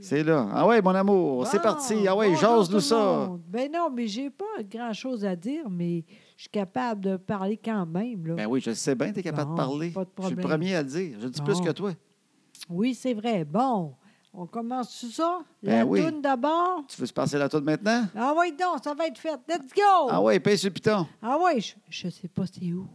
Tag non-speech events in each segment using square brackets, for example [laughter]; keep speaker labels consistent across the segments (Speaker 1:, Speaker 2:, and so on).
Speaker 1: C'est là. Ah ouais, mon amour, c'est
Speaker 2: Bon,
Speaker 1: parti. Ah ouais,
Speaker 2: bonjour
Speaker 1: jase-nous
Speaker 2: tout le
Speaker 1: ça.
Speaker 2: monde. Ben non, mais j'ai pas grand-chose à dire, mais je suis capable de parler quand même. là.
Speaker 1: Ben oui, je sais bien, tu es capable
Speaker 2: Bon,
Speaker 1: de parler.
Speaker 2: pas de
Speaker 1: je suis le
Speaker 2: problème.
Speaker 1: premier à le dire. Je dis plus
Speaker 2: Bon.
Speaker 1: que toi.
Speaker 2: Oui, c'est vrai. Bon, on commence tout ça?
Speaker 1: Ben
Speaker 2: la
Speaker 1: oui.
Speaker 2: toune d'abord?
Speaker 1: Tu veux se passer la toune maintenant?
Speaker 2: Ah oui, donc, ça va être fait. Let's go!
Speaker 1: Ah ouais, paye sur le piton.
Speaker 2: Ah ouais, je, je sais pas c'est où.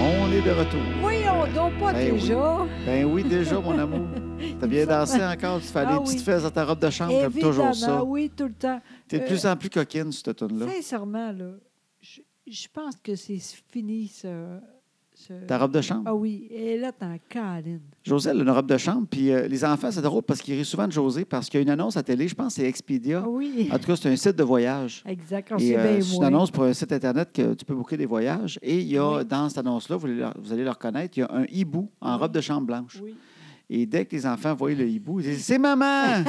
Speaker 1: On est de retour.
Speaker 2: Voyons donc pas
Speaker 1: Ben oui.
Speaker 2: déjà.
Speaker 1: Ben oui, déjà, mon
Speaker 2: [laughs]
Speaker 1: amour. T'as bien dansé encore, tu fais
Speaker 2: Ah
Speaker 1: les
Speaker 2: oui.
Speaker 1: petites fesses à ta robe de chambre, j'aime
Speaker 2: Évidemment,
Speaker 1: toujours ça.
Speaker 2: oui, tout le temps.
Speaker 1: T'es de
Speaker 2: Euh,
Speaker 1: plus en plus coquine, cette toune-là.
Speaker 2: Sincèrement, là, je, je pense que c'est fini, ce... ce-
Speaker 1: Ta robe de chambre.
Speaker 2: Ah oui, et là, t'en câline.
Speaker 1: José, elle a une robe de chambre, puis euh, les enfants, c'est drôle parce qu'ils rient souvent de José parce qu'il y a une annonce à télé, je pense que c'est Expedia.
Speaker 2: Ah oui,
Speaker 1: En tout cas, c'est un site de voyage.
Speaker 2: exact, quand
Speaker 1: Et,
Speaker 2: c'est
Speaker 1: euh,
Speaker 2: bien
Speaker 1: c'est une
Speaker 2: moins.
Speaker 1: annonce pour un site Internet que tu peux booker des voyages. Et il y a,
Speaker 2: Oui.
Speaker 1: dans cette annonce-là, vous, allez le- vous allez le reconnaître, il y a un hibou en
Speaker 2: Oui.
Speaker 1: robe de chambre blanche.
Speaker 2: Oui.
Speaker 1: Et dès que les enfants voient le hibou, ils disent C'est
Speaker 2: [laughs]
Speaker 1: maman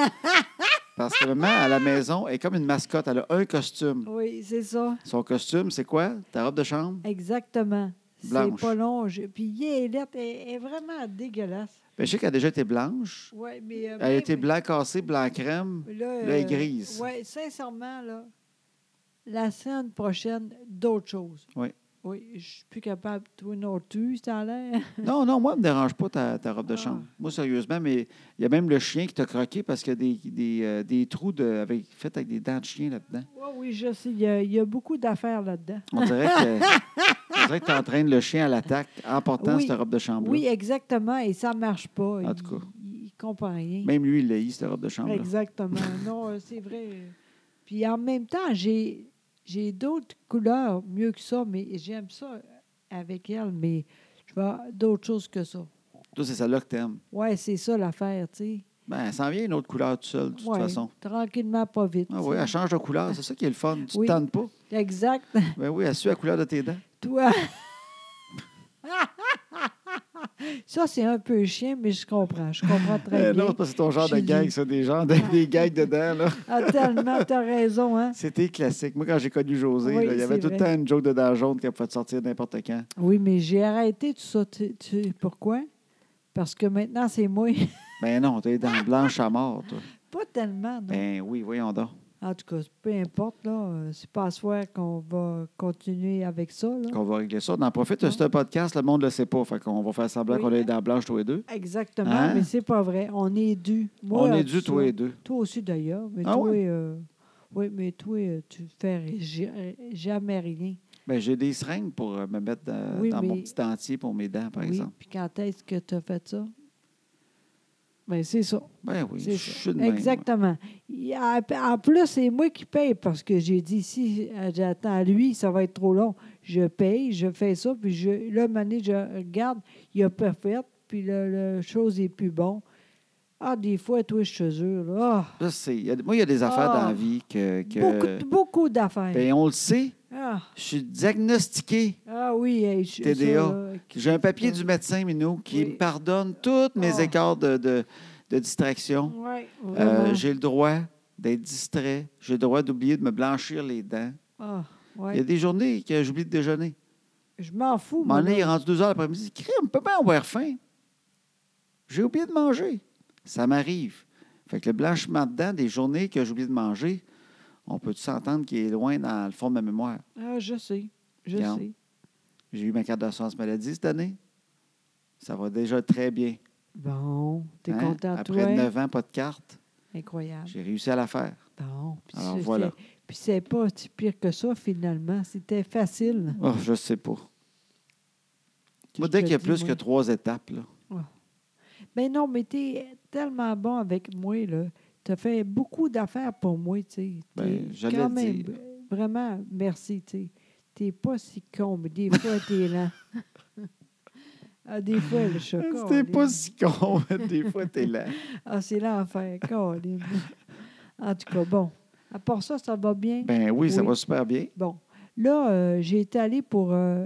Speaker 1: Parce que maman, à la maison, est comme une mascotte. Elle a un costume.
Speaker 2: Oui, c'est ça.
Speaker 1: Son costume, c'est quoi Ta robe de chambre
Speaker 2: Exactement. C'est
Speaker 1: Blanche.
Speaker 2: pas long. Je- Puis Yélette est, est vraiment dégueulasse.
Speaker 1: Ben, Je sais qu'elle a déjà été blanche.
Speaker 2: Oui, mais. euh,
Speaker 1: Elle a
Speaker 2: même-
Speaker 1: été blanc cassé, blanc crème.
Speaker 2: Là,
Speaker 1: elle est grise.
Speaker 2: Oui, sincèrement, là, la semaine prochaine, d'autres choses.
Speaker 1: Ouais.
Speaker 2: Oui, je suis plus capable. Toi non plus, ça a l'air. [laughs]
Speaker 1: Non, non, moi, elle me dérange pas ta, ta robe de
Speaker 2: Ah.
Speaker 1: chambre. Moi, sérieusement, mais il y a même le chien qui t'a croqué parce qu'il y a des, des, euh, des trous de, avec, faits avec des dents de chien là-dedans.
Speaker 2: Oui, oui, je sais. Il y, a- il y a beaucoup d'affaires là-dedans.
Speaker 1: On dirait
Speaker 2: [laughs]
Speaker 1: que tu entraînes le chien à l'attaque en portant
Speaker 2: Oui.
Speaker 1: cette robe de chambre.
Speaker 2: Oui, exactement. Et ça marche pas.
Speaker 1: En
Speaker 2: Il-
Speaker 1: tout cas.
Speaker 2: Il, comprend rien.
Speaker 1: Même lui, il l'a eu, cette robe de chambre. [laughs]
Speaker 2: Exactement. non, euh, c'est vrai. Puis en même temps, j'ai j'ai d'autres couleurs mieux que ça, mais j'aime ça avec elle, mais je vais d'autres choses que ça.
Speaker 1: Toi, c'est celle-là que t'aimes.
Speaker 2: Ouais, c'est ça l'affaire, tu sais.
Speaker 1: Ben, elle s'en vient une autre couleur toute seule, de toute
Speaker 2: Ouais,
Speaker 1: façon.
Speaker 2: Tranquillement, pas vite.
Speaker 1: Ah oui, elle change de couleur. C'est ça qui est le fun. Tu ne
Speaker 2: Oui.
Speaker 1: te tentes pas.
Speaker 2: Exact. [laughs]
Speaker 1: Ben oui, elle suit la couleur de tes dents.
Speaker 2: Toi. [laughs] ça, c'est un peu chien, mais je comprends. Je comprends très
Speaker 1: Eh non,
Speaker 2: bien.
Speaker 1: c'est parce que ton genre de
Speaker 2: Julie.
Speaker 1: gag, ça, des gens, des, des gags dedans, là.
Speaker 2: Ah, tellement, t'as raison, hein?
Speaker 1: C'était classique. Moi, quand j'ai connu José,
Speaker 2: Oui,
Speaker 1: là, il y
Speaker 2: c'est
Speaker 1: avait tout le temps
Speaker 2: vrai.
Speaker 1: une joke de dents jaune qu'elle pouvait te sortir n'importe quand.
Speaker 2: Oui, mais j'ai arrêté tout ça. Tu, tu- pourquoi? Parce que maintenant, c'est moi.
Speaker 1: Ben non, t'as les dents blanches à mort, toi.
Speaker 2: Pas tellement, non.
Speaker 1: Ben oui, voyons donc.
Speaker 2: En tout cas, peu importe, là. euh, C'est pas à soir qu'on va continuer avec ça, là.
Speaker 1: Qu'on va régler ça. On en profite, c'est un podcast, le monde ne le sait pas. Fait qu'on va faire semblant
Speaker 2: Oui.
Speaker 1: qu'on a les dents blanches, tous les deux.
Speaker 2: Exactement,
Speaker 1: Hein?
Speaker 2: mais c'est pas vrai. On est dû.
Speaker 1: On est dû, tous les deux.
Speaker 2: Toi aussi, d'ailleurs. Mais
Speaker 1: Ah
Speaker 2: toi,
Speaker 1: ouais?
Speaker 2: euh, oui, mais toi, euh, tu fais ri- j- jamais rien.
Speaker 1: Ben, j'ai des seringues pour euh, me mettre dans,
Speaker 2: Oui,
Speaker 1: dans mon
Speaker 2: mais-
Speaker 1: petit dentier pour mes dents, par
Speaker 2: oui.
Speaker 1: exemple.
Speaker 2: Puis quand est-ce que tu as fait ça? Bien, c'est ça.
Speaker 1: Ben oui,
Speaker 2: c'est
Speaker 1: je
Speaker 2: ça.
Speaker 1: suis de même.
Speaker 2: Exactement. Il y a- En plus, c'est moi qui paye parce que j'ai dit si euh, j'attends à lui, ça va être trop long. Je paye, je fais ça, puis je, là, mané, je regarde, il a pas fait, puis le, le chose est plus bon. Ah, des fois, toi, je te jure, là, ah,
Speaker 1: Ça, c'est- il y a- moi, il y a des affaires
Speaker 2: Ah.
Speaker 1: dans la vie que. que-
Speaker 2: beaucoup, beaucoup d'affaires.
Speaker 1: ben, on le sait.
Speaker 2: Ah,
Speaker 1: Je suis diagnostiqué.
Speaker 2: ah oui, hey, je- euh,
Speaker 1: TDA.
Speaker 2: ça, là,
Speaker 1: J'ai un papier
Speaker 2: ça.
Speaker 1: du médecin, Minou, qui
Speaker 2: Oui.
Speaker 1: me pardonne tous mes
Speaker 2: Ah.
Speaker 1: écarts de, de- de distraction.
Speaker 2: Ouais,
Speaker 1: Euh,
Speaker 2: vraiment.
Speaker 1: j'ai le droit d'être distrait. J'ai le droit d'oublier de me blanchir les dents.
Speaker 2: Ah,
Speaker 1: Il y a
Speaker 2: ouais.
Speaker 1: des journées que j'oublie de déjeuner.
Speaker 2: Je m'en fous.
Speaker 1: Mon
Speaker 2: moi,
Speaker 1: nez est
Speaker 2: là.
Speaker 1: rendu 2 heures l'après-midi. Crime, peut bien avoir faim. J'ai oublié de manger. Ça m'arrive. Fait que le blanchiment de dents, des journées que j'oublie de manger, on peut s'entendre qu'il est loin dans le fond de ma mémoire.
Speaker 2: Ah, je sais. Je
Speaker 1: Regarde.
Speaker 2: sais.
Speaker 1: J'ai eu ma carte d'assurance maladie cette année. Ça va déjà très bien.
Speaker 2: Bon, t'es
Speaker 1: hein?
Speaker 2: content,
Speaker 1: Après
Speaker 2: toi?
Speaker 1: 9 ans, pas de carte.
Speaker 2: Incroyable.
Speaker 1: J'ai réussi à la faire.
Speaker 2: Bon, puis
Speaker 1: Alors,
Speaker 2: c'est-
Speaker 1: voilà.
Speaker 2: c'est- Puis c'est pas si pire que ça, finalement. C'était facile.
Speaker 1: Oh, je sais pas. Moi,
Speaker 2: je
Speaker 1: dès
Speaker 2: te
Speaker 1: qu'il y a
Speaker 2: dis,
Speaker 1: plus
Speaker 2: moi?
Speaker 1: que trois étapes, là.
Speaker 2: Mais non, mais t'es tellement bon avec moi, là. T'as fait beaucoup d'affaires pour moi, tu sais.
Speaker 1: Ben,
Speaker 2: T'es
Speaker 1: j'allais
Speaker 2: quand
Speaker 1: le
Speaker 2: même,
Speaker 1: dire.
Speaker 2: Vraiment, merci, tu sais. T'es pas si con, mais des fois,
Speaker 1: [laughs]
Speaker 2: t'es lent. ah, des fois, le chocolat.
Speaker 1: C'était pas si con, [laughs] mais des fois, t'es là.
Speaker 2: Ah, c'est l'enfer, Colin. En tout cas, bon. À part ça, ça va bien?
Speaker 1: Ben oui, ça
Speaker 2: Oui.
Speaker 1: va super bien.
Speaker 2: Bon. Là, euh, j'ai été allée pour euh,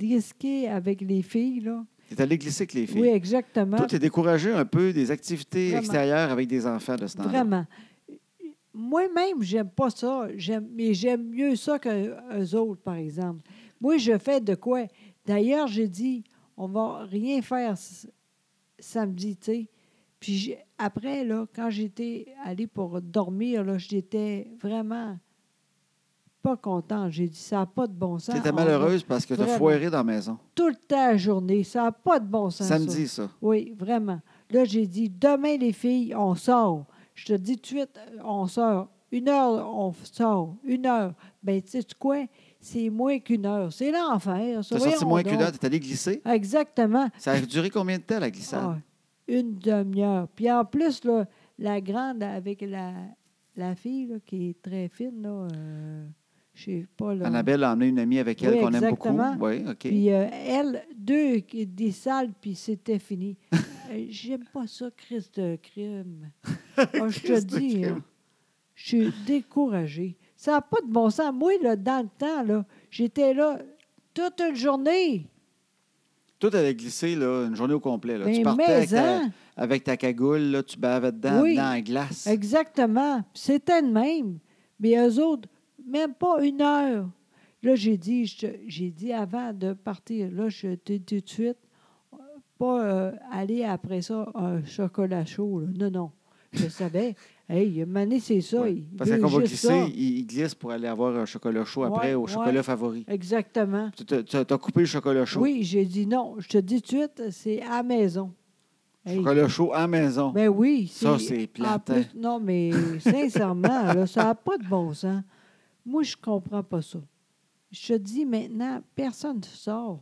Speaker 2: risquer avec les filles, là.
Speaker 1: Tu es allé glisser avec les filles.
Speaker 2: Oui, exactement.
Speaker 1: Toi, tu es découragé un peu des activités
Speaker 2: Vraiment.
Speaker 1: extérieures avec des enfants de ce temps-là.
Speaker 2: Vraiment. Moi-même, j'aime pas ça, j'aime, mais j'aime mieux ça qu'eux autres, par exemple. Moi, je fais de quoi? D'ailleurs, j'ai dit, on va rien faire s- samedi, tu sais. Puis j'ai- après, là, quand j'étais allée pour dormir, là, j'étais vraiment pas contente. J'ai dit, ça n'a pas de bon sens.
Speaker 1: Tu étais
Speaker 2: On-
Speaker 1: malheureuse parce que tu as
Speaker 2: Ah, Vraiment.
Speaker 1: foiré dans la maison.
Speaker 2: Toute la journée, ça n'a pas de bon sens. ça.
Speaker 1: Samedi, ça.
Speaker 2: Oui, vraiment. Là, j'ai dit, demain, les filles, on sort. Je te dis tout de suite, on sort. Une heure, on f- sort. Une heure. Ben, tu sais quoi? C'est moins qu'une heure. C'est l'enfer.
Speaker 1: Tu
Speaker 2: ça.
Speaker 1: as sorti
Speaker 2: Voyons
Speaker 1: moins qu'une
Speaker 2: donc.
Speaker 1: heure, tu es allé glisser.
Speaker 2: Exactement.
Speaker 1: Ça a duré combien de temps, la glissade?
Speaker 2: Ah, une demi-heure. Puis en plus, là, la grande avec la, la fille là, qui est très fine, là, euh, je sais pas. Là,
Speaker 1: Annabelle a emmené une amie avec elle
Speaker 2: Oui,
Speaker 1: qu'on aime beaucoup.
Speaker 2: exactement.
Speaker 1: Oui, OK.
Speaker 2: Puis euh, elle, deux qui- des salles, puis
Speaker 1: [laughs]
Speaker 2: c'était fini. Euh, J'aime pas ça, Chris de crime. Ah, je te
Speaker 1: Christ de
Speaker 2: dis,
Speaker 1: crime.
Speaker 2: hein, je suis découragée. Ça n'a pas de bon sens. Moi, là, dans le temps, là, j'étais là toute une journée.
Speaker 1: Toi, tu allais glisser là, une journée au complet. Là.
Speaker 2: euh, Ben,
Speaker 1: tu partais avec ta,
Speaker 2: mais-en.
Speaker 1: avec ta cagoule, là, tu bavais dedans,
Speaker 2: Oui.
Speaker 1: dans la glace.
Speaker 2: Exactement. Puis C'était le même. Mais eux autres, même pas une heure. Là, j'ai dit, je te- j'ai dit avant de partir, là, je te dis tout de suite, euh, pas euh, aller après ça un chocolat chaud. là. Non, non. Je savais. Hey, Mané, c'est ça.
Speaker 1: Ouais.
Speaker 2: il
Speaker 1: Parce que
Speaker 2: veut
Speaker 1: quand on va
Speaker 2: juste
Speaker 1: glisser,
Speaker 2: ça.
Speaker 1: il, il glisse pour aller avoir un chocolat chaud après
Speaker 2: Ouais,
Speaker 1: au chocolat
Speaker 2: ouais.
Speaker 1: favori.
Speaker 2: Exactement.
Speaker 1: Tu as coupé le chocolat chaud.
Speaker 2: Oui, j'ai dit non. Je te dis tout de suite, c'est à maison. Hey.
Speaker 1: Chocolat chaud à maison.
Speaker 2: Ben oui.
Speaker 1: Ça, c'est
Speaker 2: En
Speaker 1: plate, hein?
Speaker 2: plus- non, mais sincèrement, là, ça n'a pas de bon sens. Moi, je comprends pas ça. Je te dis maintenant, personne ne sort.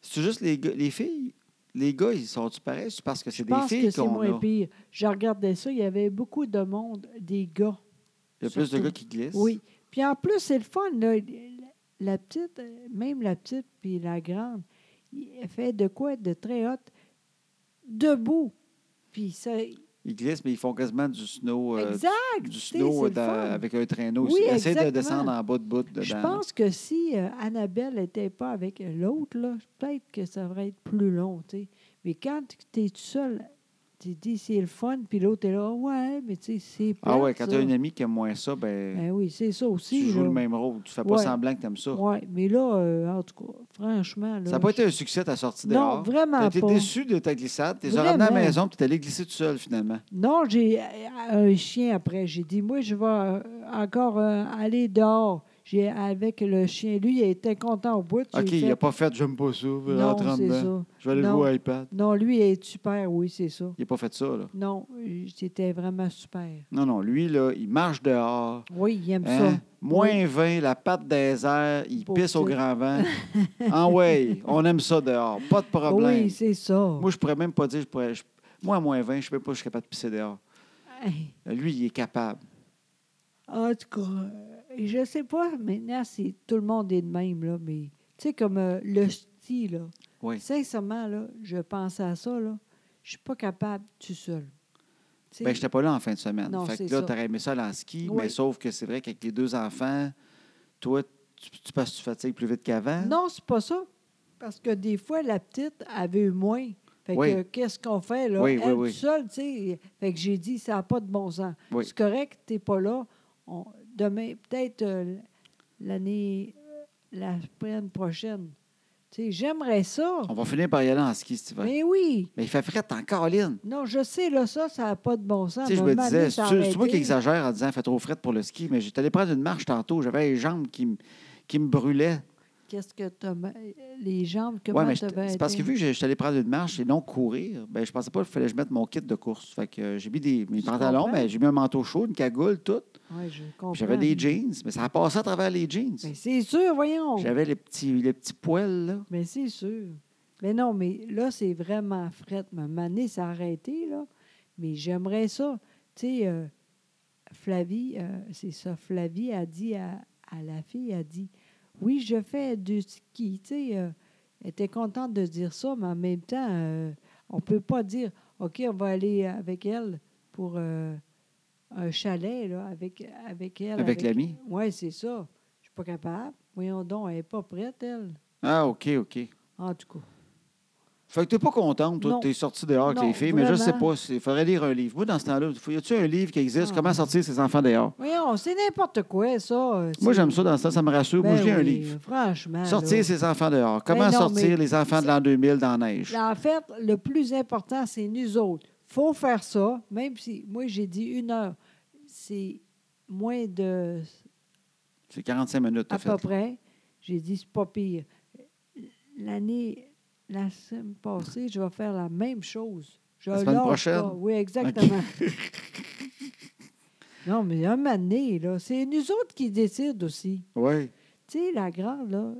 Speaker 1: C'est juste les, gars- les filles. Les gars, ils sont-tu pareils? C'est parce que c'est
Speaker 2: Je
Speaker 1: des
Speaker 2: pense que
Speaker 1: filles
Speaker 2: c'est
Speaker 1: qu'on
Speaker 2: moins
Speaker 1: a.
Speaker 2: pire. Je regardais ça, il y avait beaucoup de monde, des gars.
Speaker 1: Il y a plus de
Speaker 2: surtout.
Speaker 1: gars qui glissent.
Speaker 2: Oui. Puis en plus, c'est le fun. là. La petite, euh, même la petite, puis la grande, il- elle fait de quoi de très haute, debout. Puis ça.
Speaker 1: Ils glissent, mais ils font quasiment du snow, euh,
Speaker 2: exact.
Speaker 1: du
Speaker 2: tu sais,
Speaker 1: snow euh,
Speaker 2: c'est le
Speaker 1: dans-
Speaker 2: fun.
Speaker 1: avec un traîneau.
Speaker 2: Oui,
Speaker 1: ils essaient de
Speaker 2: exactement.
Speaker 1: descendre en bas de bout dedans.
Speaker 2: Je
Speaker 1: là.
Speaker 2: pense que si euh, Annabelle n'était pas avec l'autre, là, peut-être que ça va être plus long, tu sais. Mais quand tu es tout seul, tu te dis c'est le fun, puis l'autre est là, Ah ouais, mais tu sais, c'est pas.
Speaker 1: Ah ouais, quand tu as une amie qui aime moins ça, ben,
Speaker 2: Ben oui, c'est ça aussi.
Speaker 1: tu joues
Speaker 2: là.
Speaker 1: le même rôle. Tu fais pas
Speaker 2: Ouais.
Speaker 1: semblant que tu aimes ça.
Speaker 2: Ouais, mais là, euh, en tout cas, franchement. Là,
Speaker 1: Ça n'a pas
Speaker 2: je-
Speaker 1: été un succès ta sortie
Speaker 2: Non,
Speaker 1: dehors.
Speaker 2: vraiment
Speaker 1: Tu été
Speaker 2: pas.
Speaker 1: déçu de ta glissade. Tu es ramené à la
Speaker 2: Vraiment.
Speaker 1: maison puis tu es allé glisser tout seul finalement.
Speaker 2: Non, j'ai euh, un chien après. J'ai dit, moi, je vais euh, encore euh, aller dehors. J'ai avec le chien. Lui, il était content au bout. J'ai
Speaker 1: OK, il
Speaker 2: fait,
Speaker 1: n'a pas fait j'aime pas ça,
Speaker 2: Non,
Speaker 1: rentre en
Speaker 2: c'est
Speaker 1: dedans.
Speaker 2: ça.
Speaker 1: Je vais aller
Speaker 2: Non.
Speaker 1: jouer à iPad.
Speaker 2: Non, lui, il est super, oui, c'est ça.
Speaker 1: Il n'a pas fait ça, là.
Speaker 2: Non, euh, c'était vraiment super.
Speaker 1: Non, non, lui, là, il marche dehors.
Speaker 2: Oui, il aime
Speaker 1: hein,
Speaker 2: ça.
Speaker 1: Moins 20, la patte des airs, il
Speaker 2: Pauvre
Speaker 1: pisse au
Speaker 2: petit.
Speaker 1: grand
Speaker 2: [laughs]
Speaker 1: vent. ah ouais, on aime ça dehors. Pas de problème.
Speaker 2: Oui, c'est ça.
Speaker 1: Moi, je pourrais même pas dire, je pourrais- je- moi, à moins 20, je ne sais même pas si je suis capable de pisser dehors. Euh,
Speaker 2: Hey.
Speaker 1: Lui, il est capable.
Speaker 2: En tout cas, euh, je sais pas maintenant si tout le monde est de même, là, mais tu sais, comme euh, le style, là.
Speaker 1: Oui.
Speaker 2: Sincèrement, là, je pense à ça, là. Je suis pas capable tout seul. Tu sais,
Speaker 1: Ben, j'étais pas là en fin de semaine.
Speaker 2: Non,
Speaker 1: fait que
Speaker 2: c'est
Speaker 1: là,
Speaker 2: ça.
Speaker 1: tu aurais aimé ça aller en ski,
Speaker 2: Oui.
Speaker 1: mais sauf que c'est vrai qu'avec les deux enfants, toi, tu, tu passes tu fatigues plus vite qu'avant.
Speaker 2: Non, c'est pas ça. Parce que des fois, la petite avait eu moins. Fait
Speaker 1: Oui.
Speaker 2: que qu'est-ce qu'on fait, là?
Speaker 1: Oui, oui,
Speaker 2: Elle
Speaker 1: oui.
Speaker 2: toute seule, tu sais. Fait que j'ai dit, ça n'a pas de bon sens.
Speaker 1: Oui.
Speaker 2: C'est correct, t'es pas là. On- demain, peut-être euh, l'année, euh, la semaine prochaine. Tu sais, j'aimerais ça.
Speaker 1: On va finir par y aller en ski cet hiver. Mais,
Speaker 2: Mais oui.
Speaker 1: il fait frette en caline.
Speaker 2: Non, je sais, là, ça, ça n'a pas de bon sens.
Speaker 1: Tu sais, je
Speaker 2: Mais
Speaker 1: me
Speaker 2: un moment
Speaker 1: disais,
Speaker 2: donné,
Speaker 1: c'est
Speaker 2: ça
Speaker 1: c'est
Speaker 2: aurait
Speaker 1: moi qui
Speaker 2: été-
Speaker 1: exagère en disant, fait trop frette pour le ski, mais j'étais allé prendre une marche tantôt. J'avais les jambes qui me qui me brûlaient.
Speaker 2: Qu'est-ce que t'as... ma- Les jambes, comment
Speaker 1: Ouais, mais
Speaker 2: ça
Speaker 1: j'étais-
Speaker 2: va
Speaker 1: c'est
Speaker 2: être?
Speaker 1: parce que vu que j'étais allé prendre une marche et non courir, ben, je pensais pas qu'il fallait que je mette mon kit de course. Fait que euh, j'ai mis des, mes
Speaker 2: Je
Speaker 1: pantalons,
Speaker 2: comprends.
Speaker 1: ben, j'ai mis un manteau chaud, une cagoule, tout.
Speaker 2: Ouais, je comprends.
Speaker 1: J'avais des jeans, mais ça a passé à travers les jeans.
Speaker 2: Mais c'est sûr, voyons.
Speaker 1: J'avais les petits, les petits poils, là.
Speaker 2: Mais c'est sûr. Mais non, mais là, c'est vraiment fret. Ma manée s'est arrêtée, là. Mais j'aimerais ça. Tu sais, euh, Flavie, euh, c'est ça, Flavie a dit à, à la fille, a dit, oui, je fais du ski. Tu sais, euh, elle était contente de dire ça, mais en même temps, euh, on peut pas dire, OK, on va aller avec elle pour euh, un chalet là, avec, avec elle.
Speaker 1: Avec l'ami?
Speaker 2: Oui, c'est ça. Je suis pas capable. Voyons donc, elle n'est pas prête, elle.
Speaker 1: Ah, OK, OK.
Speaker 2: En tout cas.
Speaker 1: Fait que t'es pas contente, toi,
Speaker 2: Non.
Speaker 1: t'es sortie dehors avec
Speaker 2: Non,
Speaker 1: les filles, mais je sais
Speaker 2: vraiment.
Speaker 1: pas, il faudrait lire un livre. Moi, dans ce temps-là, faut- y a-tu un livre qui existe,
Speaker 2: Ah.
Speaker 1: Comment sortir ses enfants dehors?
Speaker 2: Voyons, c'est n'importe quoi, ça. euh,
Speaker 1: Moi,
Speaker 2: c'est-
Speaker 1: j'aime ça, dans ce temps, ça me rassure. Moi,
Speaker 2: Ben
Speaker 1: je lis un
Speaker 2: oui,
Speaker 1: livre.
Speaker 2: Franchement.
Speaker 1: Sortir
Speaker 2: là. Ben
Speaker 1: ses enfants dehors. Comment
Speaker 2: non,
Speaker 1: sortir
Speaker 2: mais-
Speaker 1: les enfants de l'an 2000 dans la neige?
Speaker 2: En fait, le plus important, c'est nous autres. faut faire ça, même si, moi, j'ai dit une heure. C'est moins de,
Speaker 1: C'est 45 minutes, t'as
Speaker 2: à
Speaker 1: fait.
Speaker 2: peu près. J'ai dit, c'est pas pire. L'année, la semaine passée, je vais faire la même chose. Je
Speaker 1: La semaine
Speaker 2: lâche
Speaker 1: prochaine?
Speaker 2: pas. Oui,
Speaker 1: [laughs]
Speaker 2: exactement. non, mais un moment donné, là, c'est nous autres qui décident aussi.
Speaker 1: Oui.
Speaker 2: Tu sais, la grande, là,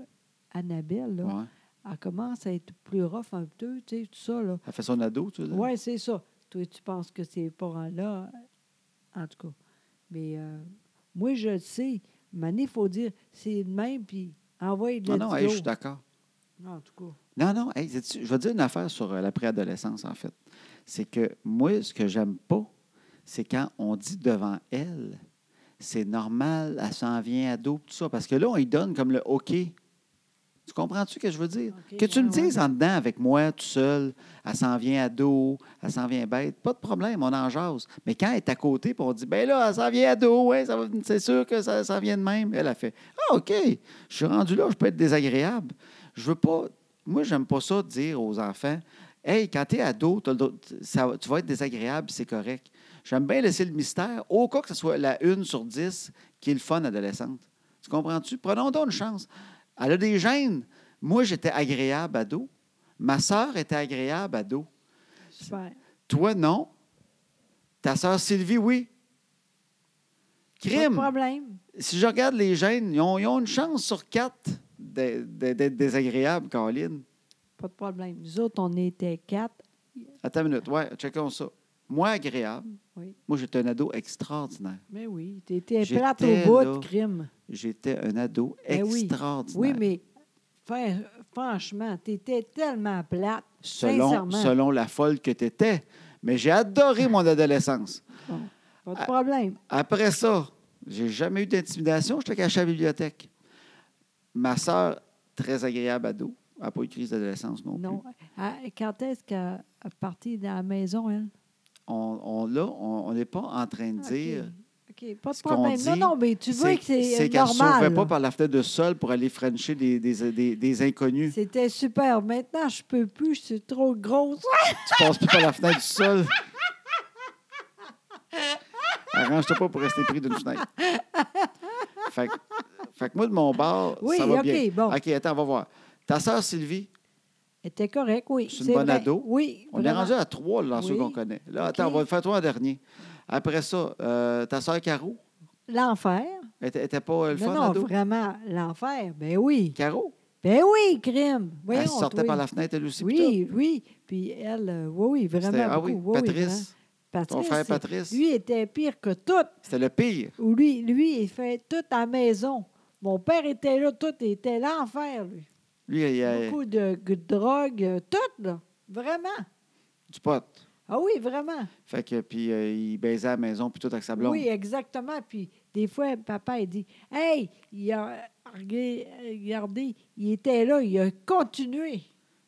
Speaker 2: Annabelle, là,
Speaker 1: Ouais.
Speaker 2: elle commence à être plus rough un peu, tu sais, tout ça, là.
Speaker 1: Elle fait son ado, tu veux dire?
Speaker 2: Oui, c'est ça. Toi, tu penses que ces parents-là, en tout cas. Mais euh, moi, je le sais. Mané, il faut dire, c'est de même, puis envoie de
Speaker 1: Ah Non, non, hey, je suis d'accord.
Speaker 2: En tout cas.
Speaker 1: Non, non, hey, sais-tu, je vais te dire une affaire sur euh, la préadolescence, en fait. C'est que moi, ce que j'aime pas, c'est quand on dit devant elle, c'est normal, elle s'en vient ado, tout ça. Parce que là, on lui donne comme le OK. Tu comprends-tu ce que je veux dire?
Speaker 2: OK, ah
Speaker 1: que tu
Speaker 2: ouais,
Speaker 1: me dises hein.
Speaker 2: ouais.
Speaker 1: en dedans avec moi, tout seul, elle s'en vient ado, elle s'en vient bête, pas de problème, on en jase. Mais quand elle est à côté, puis on dit, ben là, elle s'en vient ado, ouais, ça va- c'est sûr que ça s'en vient de même. Elle a fait, ah, OK, je suis rendu là, je peux être désagréable. Je veux pas. Moi, j'aime pas ça dire aux enfants, hey, quand t'es ado, t'as le droit- ça- tu vas être désagréable, c'est correct. J'aime bien laisser le mystère, au cas que ce soit la une sur dix qui est le fun adolescente. Tu comprends-tu? Prenons donc une chance. Elle a des gènes. Moi, j'étais agréable ado. Ma sœur était agréable ado.
Speaker 2: Super.
Speaker 1: Toi, non. Ta sœur Sylvie, oui.
Speaker 2: Pas de
Speaker 1: Crime.
Speaker 2: problème.
Speaker 1: Si je regarde les gènes, ils ont, ils ont une chance sur quatre d'être d'être désagréables, Caroline.
Speaker 2: Pas de problème. Nous autres, on était quatre.
Speaker 1: Attends une minute. Ouais, checkons ça. Moi, agréable.
Speaker 2: Oui.
Speaker 1: Moi, j'étais un ado extraordinaire.
Speaker 2: Mais oui, tu étais
Speaker 1: J'étais
Speaker 2: plate au bout
Speaker 1: là.
Speaker 2: de crime.
Speaker 1: J'étais un ado
Speaker 2: Ben oui.
Speaker 1: extraordinaire.
Speaker 2: Oui, mais fin- franchement, tu étais tellement plate.
Speaker 1: selon,
Speaker 2: sincèrement.
Speaker 1: selon la folle que tu étais. Mais j'ai adoré mon adolescence.
Speaker 2: Bon, pas de
Speaker 1: Ah.
Speaker 2: problème.
Speaker 1: Après ça, j'ai jamais eu d'intimidation. J'étais caché à la bibliothèque. Ma sœur, très agréable ado, n'a pas eu de crise d'adolescence non,
Speaker 2: Non.
Speaker 1: plus.
Speaker 2: Ah, Quand est-ce qu'elle est partie de la maison, elle?
Speaker 1: On, on- là, on on n'est pas en train de
Speaker 2: OK.
Speaker 1: dire.
Speaker 2: OK, pas de
Speaker 1: Ah, Ce qu'on
Speaker 2: problème. non,
Speaker 1: dit,
Speaker 2: non, mais tu vois que c'est
Speaker 1: qu'elle ne sauvait
Speaker 2: normal.
Speaker 1: pas
Speaker 2: là.
Speaker 1: par la fenêtre de sol pour aller frencher des, des- des- des inconnus.
Speaker 2: C'était super. Maintenant, je peux plus, je suis trop grosse.
Speaker 1: Tu passes plus par la fenêtre du sol. Arrange-toi pas pour rester pris d'une fenêtre. Fait que, fait que moi, de mon bord,
Speaker 2: Oui,
Speaker 1: ça va
Speaker 2: OK,
Speaker 1: bien.
Speaker 2: bon.
Speaker 1: OK, attends, on va voir. Ta sœur Sylvie,
Speaker 2: Elle était correct, oui.
Speaker 1: C'est une
Speaker 2: c'est
Speaker 1: bonne
Speaker 2: vrai.
Speaker 1: ado.
Speaker 2: Oui.
Speaker 1: on
Speaker 2: vraiment.
Speaker 1: est rendu à trois là, dans ceux
Speaker 2: Oui.
Speaker 1: qu'on connaît. Là,
Speaker 2: OK.
Speaker 1: attends, on va le faire toi en dernier. Après ça, euh, ta sœur Caro,
Speaker 2: L'enfer.
Speaker 1: était, était pas euh, le
Speaker 2: Non,
Speaker 1: fun
Speaker 2: non,
Speaker 1: ado?
Speaker 2: vraiment, l'enfer. Ben oui.
Speaker 1: Caro,
Speaker 2: Ben oui, crime. Voyons,
Speaker 1: elle sortait
Speaker 2: toi.
Speaker 1: par la fenêtre elle aussi. puis
Speaker 2: Oui, oui. Puis elle, euh, oui, oui,
Speaker 1: tout.
Speaker 2: vraiment.
Speaker 1: C'était- Ah oui,
Speaker 2: beaucoup. Oui, oui, vraiment.
Speaker 1: Patrice,
Speaker 2: Patrice.
Speaker 1: ton frère
Speaker 2: c'est-
Speaker 1: Patrice,
Speaker 2: Lui était pire que tout.
Speaker 1: c'était le pire.
Speaker 2: Ou lui, lui, il fait tout à la maison. Mon père était là, tout était l'enfer, lui.
Speaker 1: Lui, il y a
Speaker 2: Beaucoup de, de drogue, euh, tout, là. Vraiment.
Speaker 1: du pote.
Speaker 2: Ah oui, vraiment.
Speaker 1: Fait que, puis euh, il baisait à la maison, puis tout avec sa Ah, blonde.
Speaker 2: Oui, exactement. Puis des fois, papa, il dit Hey, il a, regardez, il était là, il a continué.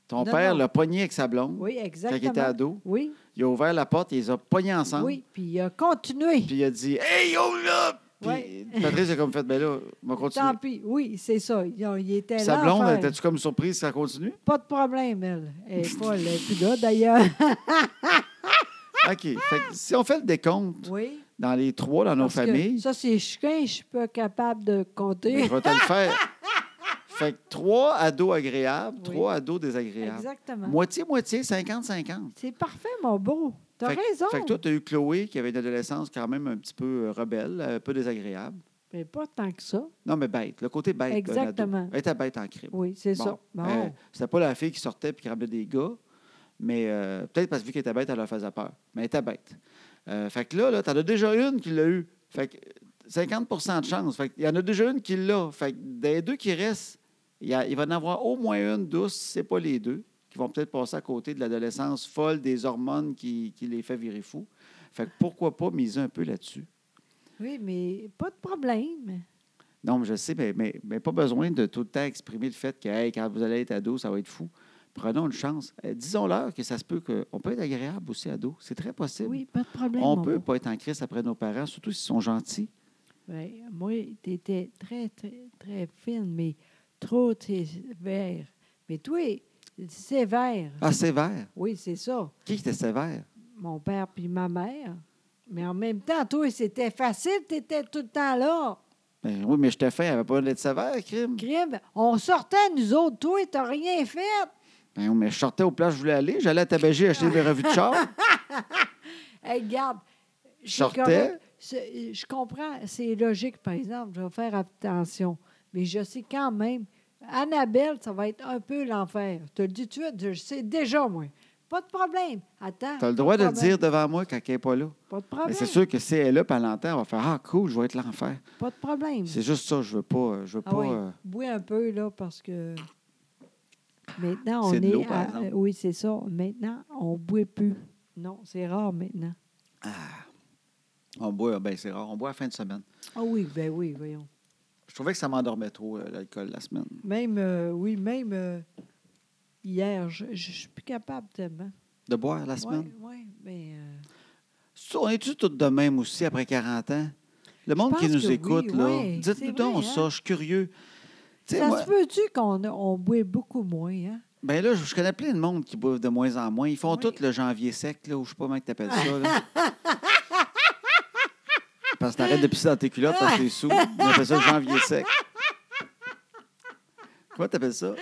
Speaker 1: Ton
Speaker 2: Non,
Speaker 1: père
Speaker 2: non.
Speaker 1: l'a pogné avec sa blonde
Speaker 2: Oui,
Speaker 1: quand il
Speaker 2: exactement.
Speaker 1: était ado.
Speaker 2: Oui,
Speaker 1: Il a ouvert la porte, il les a pognés ensemble.
Speaker 2: oui, puis il a continué.
Speaker 1: Puis il a dit Hey, yo là! Puis
Speaker 2: Ouais.
Speaker 1: Patrice a comme fait Ben là, on va continuer.
Speaker 2: Tant pis, oui, c'est ça. Il, a- il était
Speaker 1: Puis
Speaker 2: là.
Speaker 1: sa blonde,
Speaker 2: faire.
Speaker 1: étais-tu comme surprise si ça continue?
Speaker 2: Pas de problème, elle. Elle est folle, elle est plus là,
Speaker 1: [laughs]
Speaker 2: d'ailleurs.
Speaker 1: OK. Fait que si on fait le décompte
Speaker 2: Oui.
Speaker 1: dans les trois, dans nos
Speaker 2: parce que
Speaker 1: familles,
Speaker 2: Ça, c'est chiquin, je suis pas capable de
Speaker 1: ben,
Speaker 2: compter. [laughs]
Speaker 1: je vais te le faire. Fait que trois ados agréables,
Speaker 2: Oui.
Speaker 1: trois ados désagréables.
Speaker 2: Exactement.
Speaker 1: Moitié-moitié, 50-50.
Speaker 2: C'est parfait, mon beau. T'as
Speaker 1: Fait que-
Speaker 2: raison.
Speaker 1: Fait que toi, tu as eu Chloé qui avait une adolescence quand même un petit peu euh, rebelle, un peu désagréable.
Speaker 2: Mais pas tant que ça.
Speaker 1: Non, mais bête. Le côté bête. d'un ado.
Speaker 2: Exactement.
Speaker 1: Elle était bête en crime.
Speaker 2: Oui, c'est
Speaker 1: Bon,
Speaker 2: ça. Bon.
Speaker 1: euh, c'était pas la fille qui sortait puis qui ramenait des gars, mais euh, peut-être parce que vu qu'elle était bête, elle leur faisait peur. Mais elle était bête. Euh, fait que là, là t'en as déjà une qui l'a eu. Fait que euh, 50 de chance. Fait qu'il y en a déjà une qui l'a. Fait que des deux qui restent, il, y a- il va en avoir au moins une douce, si c'est pas les deux, qui vont peut-être passer à côté de l'adolescence folle, des hormones qui, qui les fait virer fous. Fait que pourquoi pas miser un peu là-dessus?
Speaker 2: Oui, mais pas de problème.
Speaker 1: Non, mais je sais, mais, mais, mais pas besoin de tout le temps exprimer le fait que hey, quand vous allez être ado, ça va être fou. Prenons une chance. Eh, Disons-leur que ça se peut qu'on peut être agréable aussi ado. C'est très possible.
Speaker 2: Oui, pas de problème.
Speaker 1: on
Speaker 2: mon
Speaker 1: peut
Speaker 2: beau.
Speaker 1: pas être en crise après nos parents, surtout s'ils sont gentils.
Speaker 2: Ouais, moi, tu étais très, très, très fine, mais trop sévère. Mais toi, sévère.
Speaker 1: Ah, sévère.
Speaker 2: Oui, c'est ça.
Speaker 1: Qui était sévère?
Speaker 2: Mon père puis ma mère. Mais en même temps, toi, c'était facile, tu étais tout le temps là.
Speaker 1: Ben oui, mais je te fais, elle avait pas d'être sévère, crime.
Speaker 2: Crime, on sortait, nous autres, toi, t'as rien fait.
Speaker 1: Ben oui, mais je sortais au place où je voulais aller, j'allais à Tabagie
Speaker 2: Ah.
Speaker 1: acheter des revues de
Speaker 2: [laughs]
Speaker 1: char.
Speaker 2: Hey, regarde.
Speaker 1: Je
Speaker 2: c'est
Speaker 1: sortais.
Speaker 2: correct. C'est- Je comprends, c'est logique, par exemple, je vais faire attention. Mais je sais quand même, Annabelle, ça va être un peu l'enfer. Je te le dis tout de suite, je le sais déjà, moi. Pas de problème. Attends.
Speaker 1: Tu as le
Speaker 2: pas
Speaker 1: droit de le
Speaker 2: problème.
Speaker 1: dire devant moi quand elle n'est pas là.
Speaker 2: Pas de
Speaker 1: Mais
Speaker 2: problème.
Speaker 1: c'est sûr que si elle est là, puis elle l'entend, elle va faire Ah, cool, je vais être l'enfer.
Speaker 2: Pas de problème.
Speaker 1: C'est juste ça, je veux pas. euh, Je veux
Speaker 2: Ah
Speaker 1: pas.
Speaker 2: oui,
Speaker 1: euh,
Speaker 2: bois un peu, là, parce que maintenant, on
Speaker 1: C'est de
Speaker 2: est.
Speaker 1: l'eau, par
Speaker 2: à-
Speaker 1: exemple.
Speaker 2: euh, Oui, c'est ça. Maintenant, on ne boit plus. Non, c'est rare maintenant.
Speaker 1: On boit, ben c'est rare, on boit à la fin de semaine.
Speaker 2: Ah oui, ben oui, voyons.
Speaker 1: Je trouvais que ça m'endormait trop, euh, l'alcool, la semaine.
Speaker 2: Même, euh, oui, même euh, hier, je ne suis plus capable tellement.
Speaker 1: De boire la
Speaker 2: Oui,
Speaker 1: semaine.
Speaker 2: oui, mais. euh,
Speaker 1: Ça, On est-tu tous de même aussi après 40 ans? Le monde qui
Speaker 2: pense que
Speaker 1: nous
Speaker 2: oui,
Speaker 1: écoute, là,
Speaker 2: ouais, c'est
Speaker 1: dites-nous donc
Speaker 2: vrai, hein?
Speaker 1: ça, je suis curieux. Tu sais,
Speaker 2: ça
Speaker 1: moi,
Speaker 2: se peut-tu qu'on a- on boit beaucoup moins, hein?
Speaker 1: ben là, je je connais plein de monde qui boivent de moins en moins. Ils font
Speaker 2: Oui.
Speaker 1: tout le janvier sec, là, ou je sais pas comment tu appelles ça.
Speaker 2: [laughs]
Speaker 1: là. parce que t'arrêtes de pisser dans tes culottes parce que t'es sous. On appelle ça le janvier sec. Comment t'appelles ça?